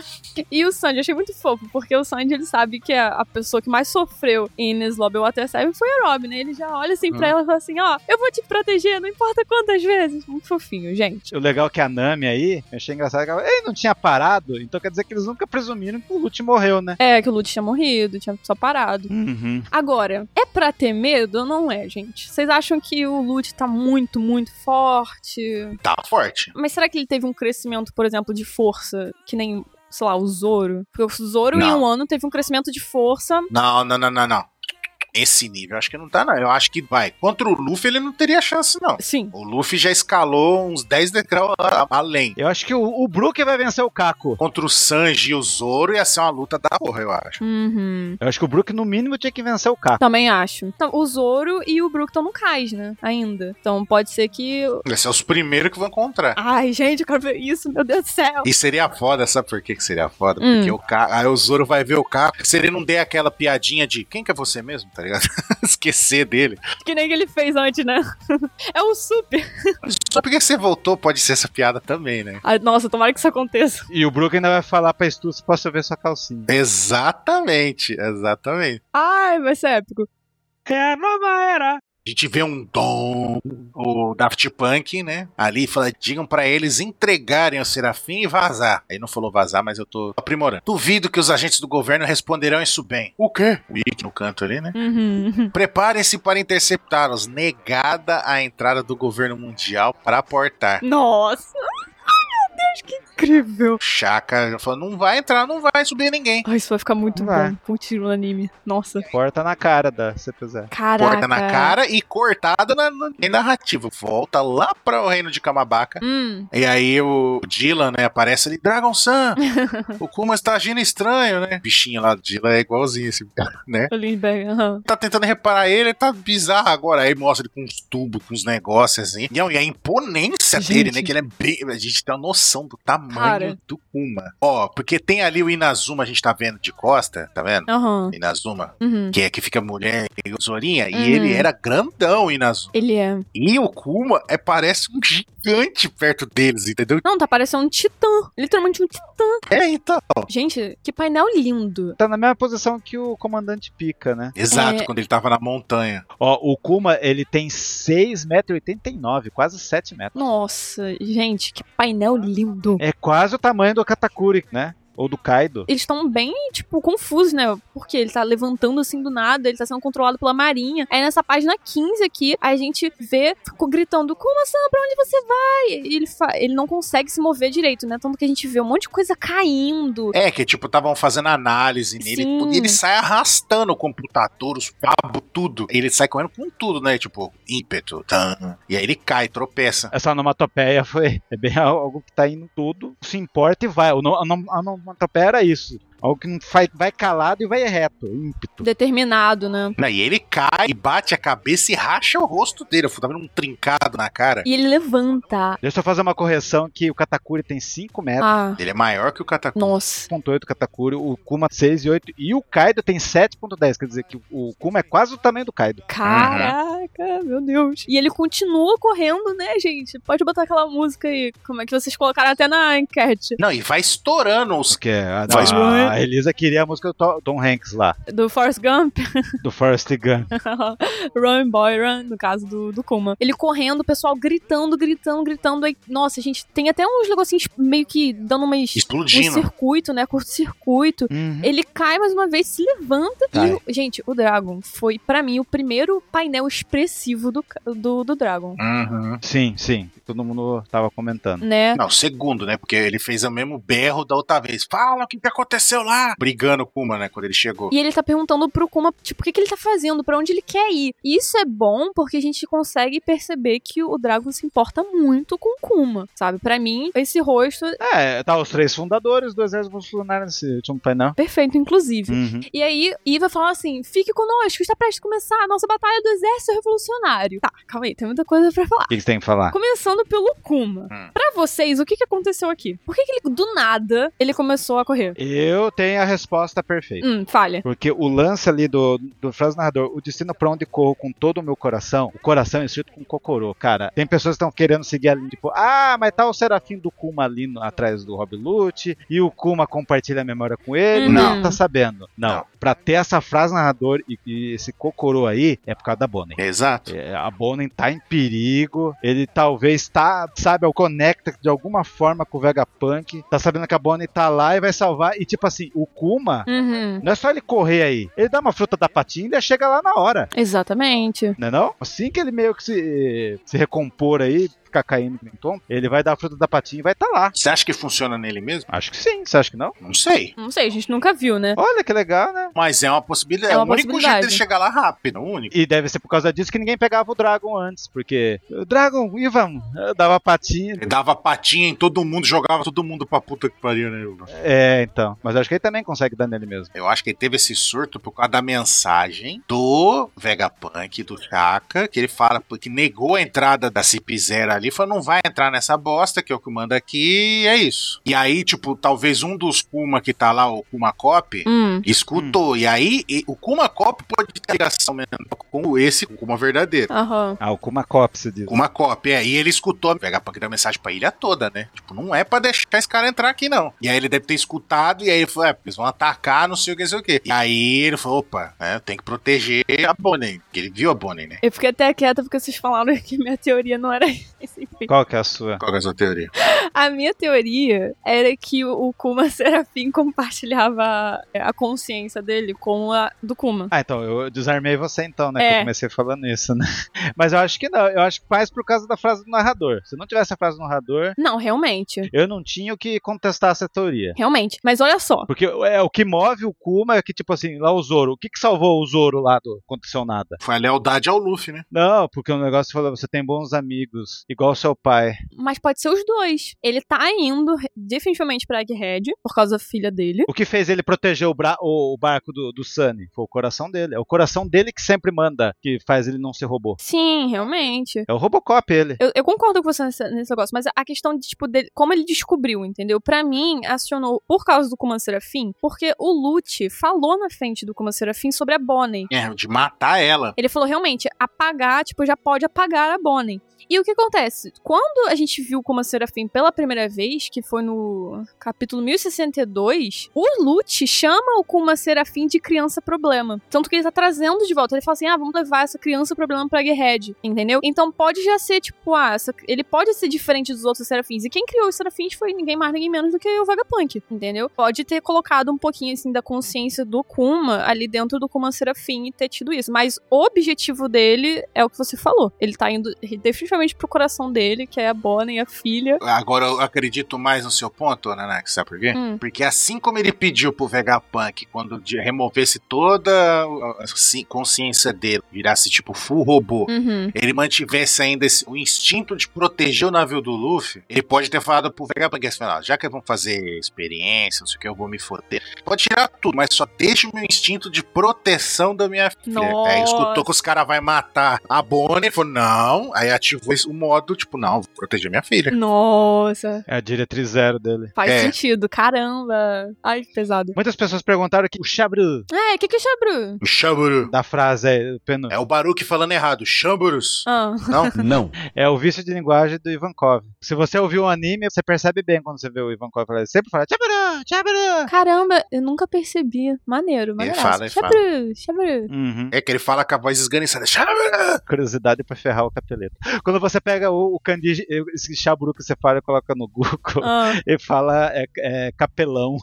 E o Sanji, eu achei muito fofo, porque o Sanji, ele sabe que a, a pe- pessoa que mais sofreu em Ines Lobel Water 7 foi a Robin, né? Ele já olha assim pra ela e fala assim: ó, eu vou te proteger, não importa quantas vezes. Muito fofinho, gente. O legal é que a Nami aí, eu achei engraçado que ela, Ei, não tinha parado, então quer dizer que eles nunca presumiram que o Lute morreu, né? É, que o Lute tinha morrido, tinha só parado. Uhum. Agora, é pra ter medo ou não é, gente? Vocês acham que o Lute tá muito, muito forte? Tá forte. Mas será que ele teve um crescimento, por exemplo, de força que nem, sei lá, o Zoro? Porque o Zoro em Não. um ano teve um crescimento de força. Não, não, não, não, não. Esse nível, eu acho que não tá, não. Eu acho que vai. Contra o Luffy, ele não teria chance, não. Sim. O Luffy já escalou uns 10 degraus a- além. Eu acho que o, o Brook vai vencer o Caco. Contra o Sanji e o Zoro ia ser uma luta da porra, eu acho. Uhum. Eu acho que o Brook, no mínimo, tinha que vencer o Caco. Também acho. Então, o Zoro e o Brook estão no cais, né? Ainda. Então pode ser que. Vai ser os primeiros que vão encontrar. Ai, gente, eu quero ver isso, meu Deus do céu. E seria foda, sabe por que que seria foda? Hum. Porque o cara, aí o Zoro vai ver o cara, se ele não der aquela piadinha de quem que é você mesmo, tá ligado? *laughs* Esquecer dele. Que nem que ele fez antes, né? *laughs* é o super. Só porque você voltou pode ser essa piada também, né? Ai, nossa, tomara que isso aconteça. E o Brook ainda vai falar pra Stu se posso ver sua calcinha. Exatamente, exatamente. Ai, vai ser épico. É a nova era. A gente vê um dom, o Daft Punk, né? Ali fala, digam pra eles entregarem o Serafim e vazar. Aí não falou vazar, mas eu tô aprimorando. Duvido que os agentes do governo responderão isso bem. O quê? O Ikki no canto ali, né? Uhum. Preparem-se para interceptá-los. Negada a entrada do governo mundial para aportar. *laughs* Nossa. Ai, meu Deus, que incrível. Chaka já falou: não vai entrar, não vai subir ninguém. Ai, isso vai ficar muito Vai. bom. Com um tiro no anime. Nossa. Porta na cara da CPZ. Caraca. Corta na cara e cortada na, na- em narrativa. Volta lá para o reino de Kamabaca. Hum. E aí o Dylan, né, aparece ali, Dragon Sun, o Kuma está agindo estranho, né? O bichinho lá do Dylan é igualzinho esse *laughs* cara, né? O Lindbergh, aham. Tá tentando reparar ele, ele tá bizarro agora. Aí mostra ele com uns tubos, com uns negócios assim. E a imponência Gente. dele, né? Que ele é bem. A gente tem uma noção do tamanho Cara. do Kuma. Ó, porque tem ali o Inazuma, a gente tá vendo de costa, tá vendo? Aham. Inazuma, Uhum. que é que fica mulher e o Zorinha, Uhum. e ele era grandão, Inazuma. Ele é. E o Kuma é, parece um gigante perto deles, entendeu? Não, tá parecendo um titã. Literalmente um titã. É, então. Gente, que painel lindo. Tá na mesma posição que o comandante Pica, né? Exato, É. quando ele tava na montanha. Ó, o Kuma, ele tem 6,89m, quase 7 metros. Nossa, gente, que painel lindo. É quase o tamanho do Katakuri, né? Ou do Kaido. Eles estão bem, tipo, confusos, né? Porque ele tá levantando assim do nada, ele tá sendo controlado pela marinha. Aí nessa página 15 aqui, a gente vê, ficou gritando, como Sam, pra onde você vai? E ele, fa- ele não consegue se mover direito, né? Tanto que a gente vê um monte de coisa caindo. É, que tipo, estavam fazendo análise nele e Sim. tudo, e ele sai arrastando o computador, os cabos, tudo. Ele sai correndo com tudo, né? Tipo, ímpeto. Tan. E aí ele cai, tropeça. Essa onomatopeia foi é bem algo que tá indo tudo, se importa e vai. O no- A onom- a onomatopeia era isso. Algo que não faz, vai calado e vai reto, ímpeto. Determinado, né? Não, E ele cai, e bate a cabeça e racha o rosto dele. Eu fui- Tá vendo um trincado na cara. E ele levanta. Deixa eu fazer uma correção que o Katakuri tem 5 metros. Ah, Ele é maior que o Katakuri. nossa. 6.8 Katakuri, o Kuma 6,8 e o Kaido tem 7.10, quer dizer que o Kuma é quase o tamanho do Kaido. Caraca, meu Deus. E ele continua correndo, né, gente? Pode botar aquela música aí, como é que vocês colocaram até na enquete Não, e vai estourando os. Porque é, a, Faz- a- a Elisa queria a música do To- Tom Hanks lá, do Forrest Gump. *laughs* do Forrest Gump. run, boy, run, no caso do, do Kuma. Ele correndo, o pessoal gritando, gritando, gritando. Aí, nossa, gente, tem até uns negocinhos meio que dando umas, um Explodindo. circuito, né? Curto-circuito. Ele cai mais uma vez, se levanta Hum. Cai. e. Gente, o Dragon foi, pra mim, o primeiro painel expressivo do, ca- do, do Dragon. Uhum. Sim, sim, todo mundo tava comentando. Né? Não, segundo, né? Porque ele fez o mesmo berro da outra vez. Fala o que, que aconteceu lá. Brigando com o Kuma, né? Quando ele chegou. E ele tá perguntando pro Kuma, tipo, o que, que ele tá fazendo, pra onde ele quer ir. E isso é bom porque a gente consegue perceber que o Dragon se importa muito com o Kuma, sabe? Pra mim, esse rosto é É, tá os três fundadores do Exército Revolucionário nesse último painel. perfeito, inclusive. Uhum. E aí, Iva fala assim: fique conosco, está prestes a começar a nossa batalha do exército revolucionário. Tá, calma aí, tem muita coisa pra falar. O que, que tem que falar? Começando pelo Kuma. Hum. Pra vocês, o que, que aconteceu aqui? Por que, que ele, do nada, ele começou a correr? Eu eu tenho a resposta perfeita. Hum, falha. Porque o lance ali do, do frase narrador, o destino pra onde corro com todo o meu coração, o coração é escrito com cocorô, cara. Tem pessoas que estão querendo seguir a linha, tipo, ah, mas tá o Serafim do Kuma ali no- atrás do Rob Lute, e o Kuma compartilha a memória com ele, Uhum. não tá sabendo. Não. Não. Pra ter essa frase narrador e, e esse cocorô aí, é por causa da Bonnie. Exato. É, a Bonin tá em perigo. Ele talvez tá, sabe, o conecta de alguma forma com o Vegapunk. Tá sabendo que a Bonin tá lá e vai salvar. E tipo assim, o Kuma, Uhum. não é só ele correr aí. Ele dá uma fruta da patinha e ainda chega lá na hora. Exatamente. Não é não? Assim que ele meio que se, se recompor aí, ficar caindo em tom, ele vai dar a fruta da patinha e vai tá lá. Você acha que funciona nele mesmo? Acho que sim, você acha que não? Não sei. Não sei, a gente nunca viu, né? Olha que legal, né? Mas é uma possibilidade. É É, uma o único jeito possibilidade. dele chegar lá rápido. O único. E deve ser por causa disso que ninguém pegava o Dragon antes, porque. Dragon, Ivan, eu dava a patinha. Ele dava patinha em todo mundo, jogava todo mundo pra puta que pariu, né? Hugo? É, então. Mas acho que ele também consegue dar nele mesmo. Eu acho que ele teve esse surto por causa da mensagem do Vegapunk, do Chaka, que ele fala que negou a entrada da Cip Zero ali, falou, não vai entrar nessa bosta, que é o que manda aqui, e é isso. E aí, tipo, talvez um dos Kuma que tá lá, o Kuma Cop, Hum. escutou. E aí, e- o Kuma Cop pode ter ligação mental com esse Kuma verdadeiro. Aham. Ah, o Kuma Cop se diz. Kuma Cop, é, e ele escutou o Vegapunk deu mensagem pra ilha toda, né? Tipo, não é pra deixar esse cara entrar aqui, não. E aí ele deve ter escutado, e aí ele falou, é, eles vão atacar, não sei o que, não sei o que. E aí ele falou, opa, né, eu tenho que proteger a Bonnie, porque ele viu a Bonnie, né? Eu fiquei até quieta porque vocês falaram que minha teoria não era isso. Enfim. Qual que é a sua? Qual que é a sua teoria? A minha teoria era que o o Kuma *laughs* Serafim compartilhava é, a consciência dele com a do Kuma. Ah, então, eu desarmei você então, né? É. Que eu comecei falando isso, né? *laughs* Mas eu acho que não, eu acho que faz por causa da frase do narrador. Se não tivesse a frase do narrador, Não, realmente. eu não tinha o que contestar essa teoria. Realmente. Mas olha só. Porque é o que move o Kuma é que, tipo assim, lá o Zoro. O que que salvou o Zoro lá do Aconteceu Nada? Foi a lealdade ao Luffy, né? Não, porque o negócio falou, você tem bons amigos, igual seu pai. Mas pode ser os dois. Ele tá indo definitivamente pra Egghead por causa da filha dele. O que fez ele proteger o, bra- o- o barco do, do Sunny? Foi o coração dele. É o coração dele que sempre manda, que faz ele não ser robô. Sim, realmente. É o Robocop ele. Eu, eu concordo com você nesse, nesse negócio, mas a questão de, tipo, dele- como ele descobriu, entendeu? Pra mim, acionou por causa do Kuma Serafim, porque o Lute falou na frente do Kuma Serafim sobre a Bonnie. É, de matar ela. Ele falou, realmente, apagar, tipo, já pode apagar a Bonnie. E o que acontece? Quando a gente viu Kuma Serafim pela primeira vez, que foi no capítulo 1062, o Lute chama o Kuma Serafim de criança problema. Tanto que ele tá trazendo de volta. Ele fala assim: ah, vamos levar essa criança problema pra Egghead, entendeu? Então pode já ser, tipo, ah, essa- ele pode ser diferente dos outros serafins. E quem criou os serafins foi ninguém mais, ninguém menos do que o Vegapunk, entendeu? Pode ter colocado um pouquinho, assim, da consciência do Kuma ali dentro do Kuma Serafim e ter tido isso. Mas o objetivo dele é o que você falou. Ele tá indo definitivamente pro coração dele, que é a Bonnie, a filha. Agora eu acredito mais no seu ponto, Nanak, sabe por quê? Hum. Porque assim como ele pediu pro Vegapunk, quando de- removesse toda a a ci- consciência dele, virasse tipo full robô, Uhum. ele mantivesse ainda esse- o instinto de proteger o navio do Luffy, ele pode ter falado pro Vegapunk assim, "Ó, já que vão fazer experiência, não sei o que, eu vou me foder. Pode tirar tudo, mas só deixa o meu instinto de proteção da minha filha. Nossa. Aí escutou que os caras vão matar a Bonnie, ele falou, não, aí ativou esse- o modo, tipo, não, vou proteger minha filha. Nossa, É a diretriz zero dele. faz É. sentido, caramba. Ai, que pesado. Muitas pessoas perguntaram que o Chabru É, o que que é Chabru? O Xamburu. da frase é, penu- É o Baruque falando errado, Xamburus. Ah, Não? Não. é o vício de linguagem do Ivankov. Se você ouviu um anime, você percebe bem quando você vê o Ivankov. Ele sempre fala Chabru, Chabru. caramba, eu nunca percebi. Maneiro, maneiro. fala, Ah. ele Chabru, *laughs* Chabru. Uhum. É que ele fala com a voz esganiçada. "Xamburu!" *laughs* Curiosidade pra ferrar o capeleta. Quando você pega o, o kanji, esse Chabru que você fala e coloca no *laughs* Google, Ah. ele fala é, é, capelão.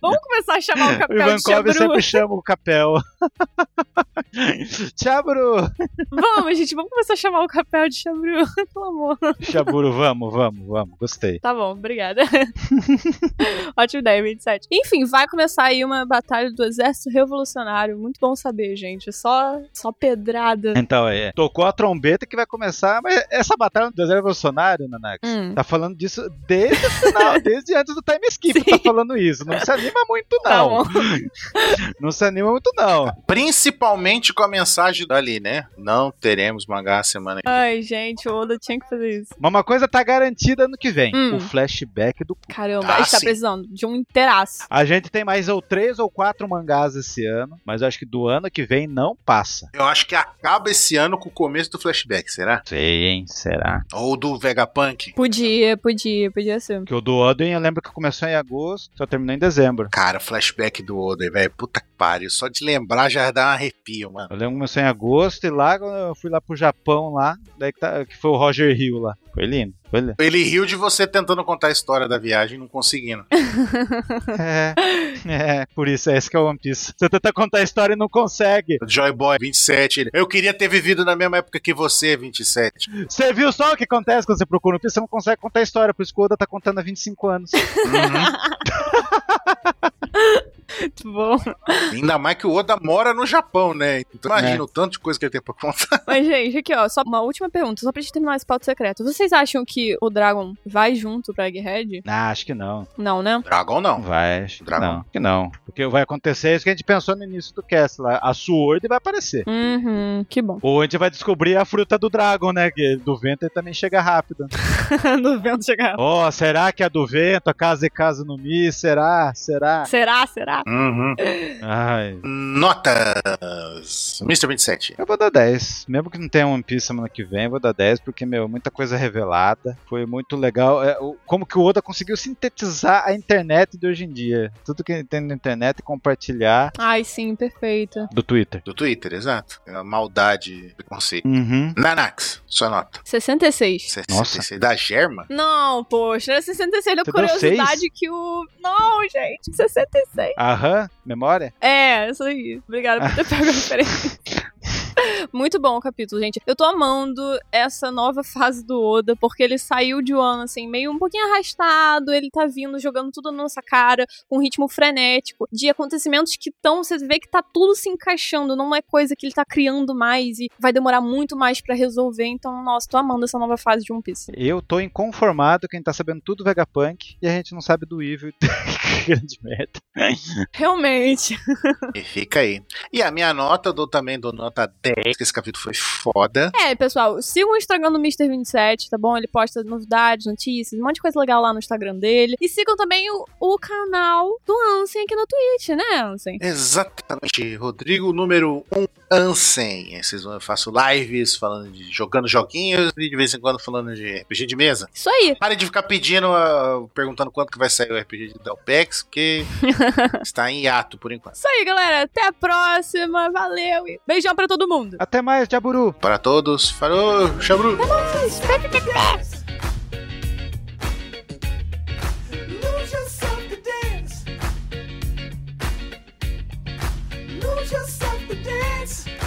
Vamos começar a chamar o O capel de Ivankov Chabru. sempre chama o capel. *laughs* Chabru! Vamos, gente, vamos começar a chamar o capel de Chabru, *laughs* pelo amor. Chaburu, vamos, vamos, vamos. Gostei. Tá bom, *laughs* obrigada. Ótima ideia, 27. Enfim, vai começar aí uma batalha do exército revolucionário. Muito bom saber, gente. Só, só pedrada. Então, é. Tocou Então, a trombeta que vai começar, mas essa batalha do deserto revolucionário, Nanax, Hum. tá falando disso desde *laughs* o final, desde antes do time skip, Sim. tá falando isso. Não se anima muito, Tá não. *laughs* não se anima muito, não. Principalmente com a mensagem dali, né? Não teremos mangá semana que Ai, gente, o Oda tinha que fazer isso. Mas uma coisa tá garantida ano que vem: Hum. o flashback do. Caramba, Ah, a gente tá sim. precisando de um inteiraço. A gente tem mais ou três ou quatro mangás esse ano, mas eu acho que do ano que vem não passa. Eu acho que acaba esse ano com o começo do flashback, será? Sei, hein? Será? Ou do Vegapunk? Podia, podia, podia ser. Que o do Oden eu lembro que começou em agosto, só terminou em dezembro. Cara, flashback do Oda, velho. Puta que pariu. Só de lembrar já dá um arrepio, mano. Eu lembro que começou em agosto e lá quando eu fui lá pro Japão lá, daí que, tá- que foi o Roger Hill lá. Foi lindo, foi *laughs* lindo. Ele riu de você tentando contar a história da viagem e não conseguindo. *laughs* É, é, por isso, é esse que é o One Piece. Você tenta contar a história e não consegue. O Joy Boy, 27. ele, Eu queria ter vivido na mesma época que você, 27. Você viu só o que acontece quando você procura One Piece? Você não consegue contar a história, por isso que o Oda tá contando há 25 anos. Uhum. Muito bom. Ainda mais que o Oda mora no Japão, né? Então, imagina o tanto de coisa que ele tem pra contar. Mas, gente, aqui, ó, só uma última pergunta, só pra gente terminar esse pauta secreto. Vocês acham que o Dragon vai junto pra Egghead? *laughs* Ah, acho que não. Não, né? Dragon Não não. vai, acho que Dragão. não. Acho que não. Porque vai acontecer isso que a gente pensou no início do cast lá. A Sword vai aparecer. Uhum, que *laughs* bom. Ou a gente vai descobrir a fruta do Dragon, né? Que do vento ele também chega rápido. no vento chegar. Ó, será que é do vento? A casa e casa no Mi? Será? Será? Será, será? Uhum. Ai. Notas. Mr. 27. Eu vou dar 10. Mesmo que não tenha One Piece semana que vem, eu vou dar 10, porque, meu, muita coisa revelada. Foi muito legal. É, o- como que o Oda conseguiu sintetizar a internet de hoje em dia. Tudo que tem na internet e compartilhar Ai, sim, perfeita. do Twitter. Do Twitter, exato. É uma Maldade, preconceito. Uhum. Nanax, sua nota. 66. 66. Da *laughs* Germa? Não, poxa, era 66. Deu Você deu curiosidade seis? que o. Não, gente, 66. Aham, memória? É, isso aí. Obrigada por ter pego a referência. Muito bom o capítulo, gente. Eu tô amando essa nova fase do Oda, porque ele saiu de um ano, assim, meio um pouquinho arrastado, ele tá vindo, jogando tudo na nossa cara, com um ritmo frenético, de acontecimentos que estão, você vê que tá tudo se encaixando, não é coisa que ele tá criando mais e vai demorar muito mais pra resolver, então, nossa, tô amando essa nova fase de One Piece. Eu tô inconformado que a gente tá sabendo tudo do Vegapunk e a gente não sabe do Evil. Que *laughs* grande merda. Realmente. E fica aí. E a minha nota, eu dou também dou nota 10, que esse capítulo foi foda. É, pessoal, sigam o Instagram do Mr. 27, tá bom? Ele posta novidades, notícias, um monte de coisa legal lá no Instagram dele. E sigam também o, o canal do Ansem aqui no Twitch, né, Ansem? Exatamente. Rodrigo número 1, Ansem. Vocês vão, eu faço lives falando de jogando joguinhos e de vez em quando falando de RPG de mesa. Isso aí. Pare de ficar pedindo, ah, perguntando quanto que vai sair o RPG de Dalpex, porque está em hiato por enquanto. Isso aí, galera. Até a próxima. Valeu e beijão pra todo mundo. Até mais, Jaburu! Para todos, falou, Xabru! Lose yourself to dance. Lose yourself to dance.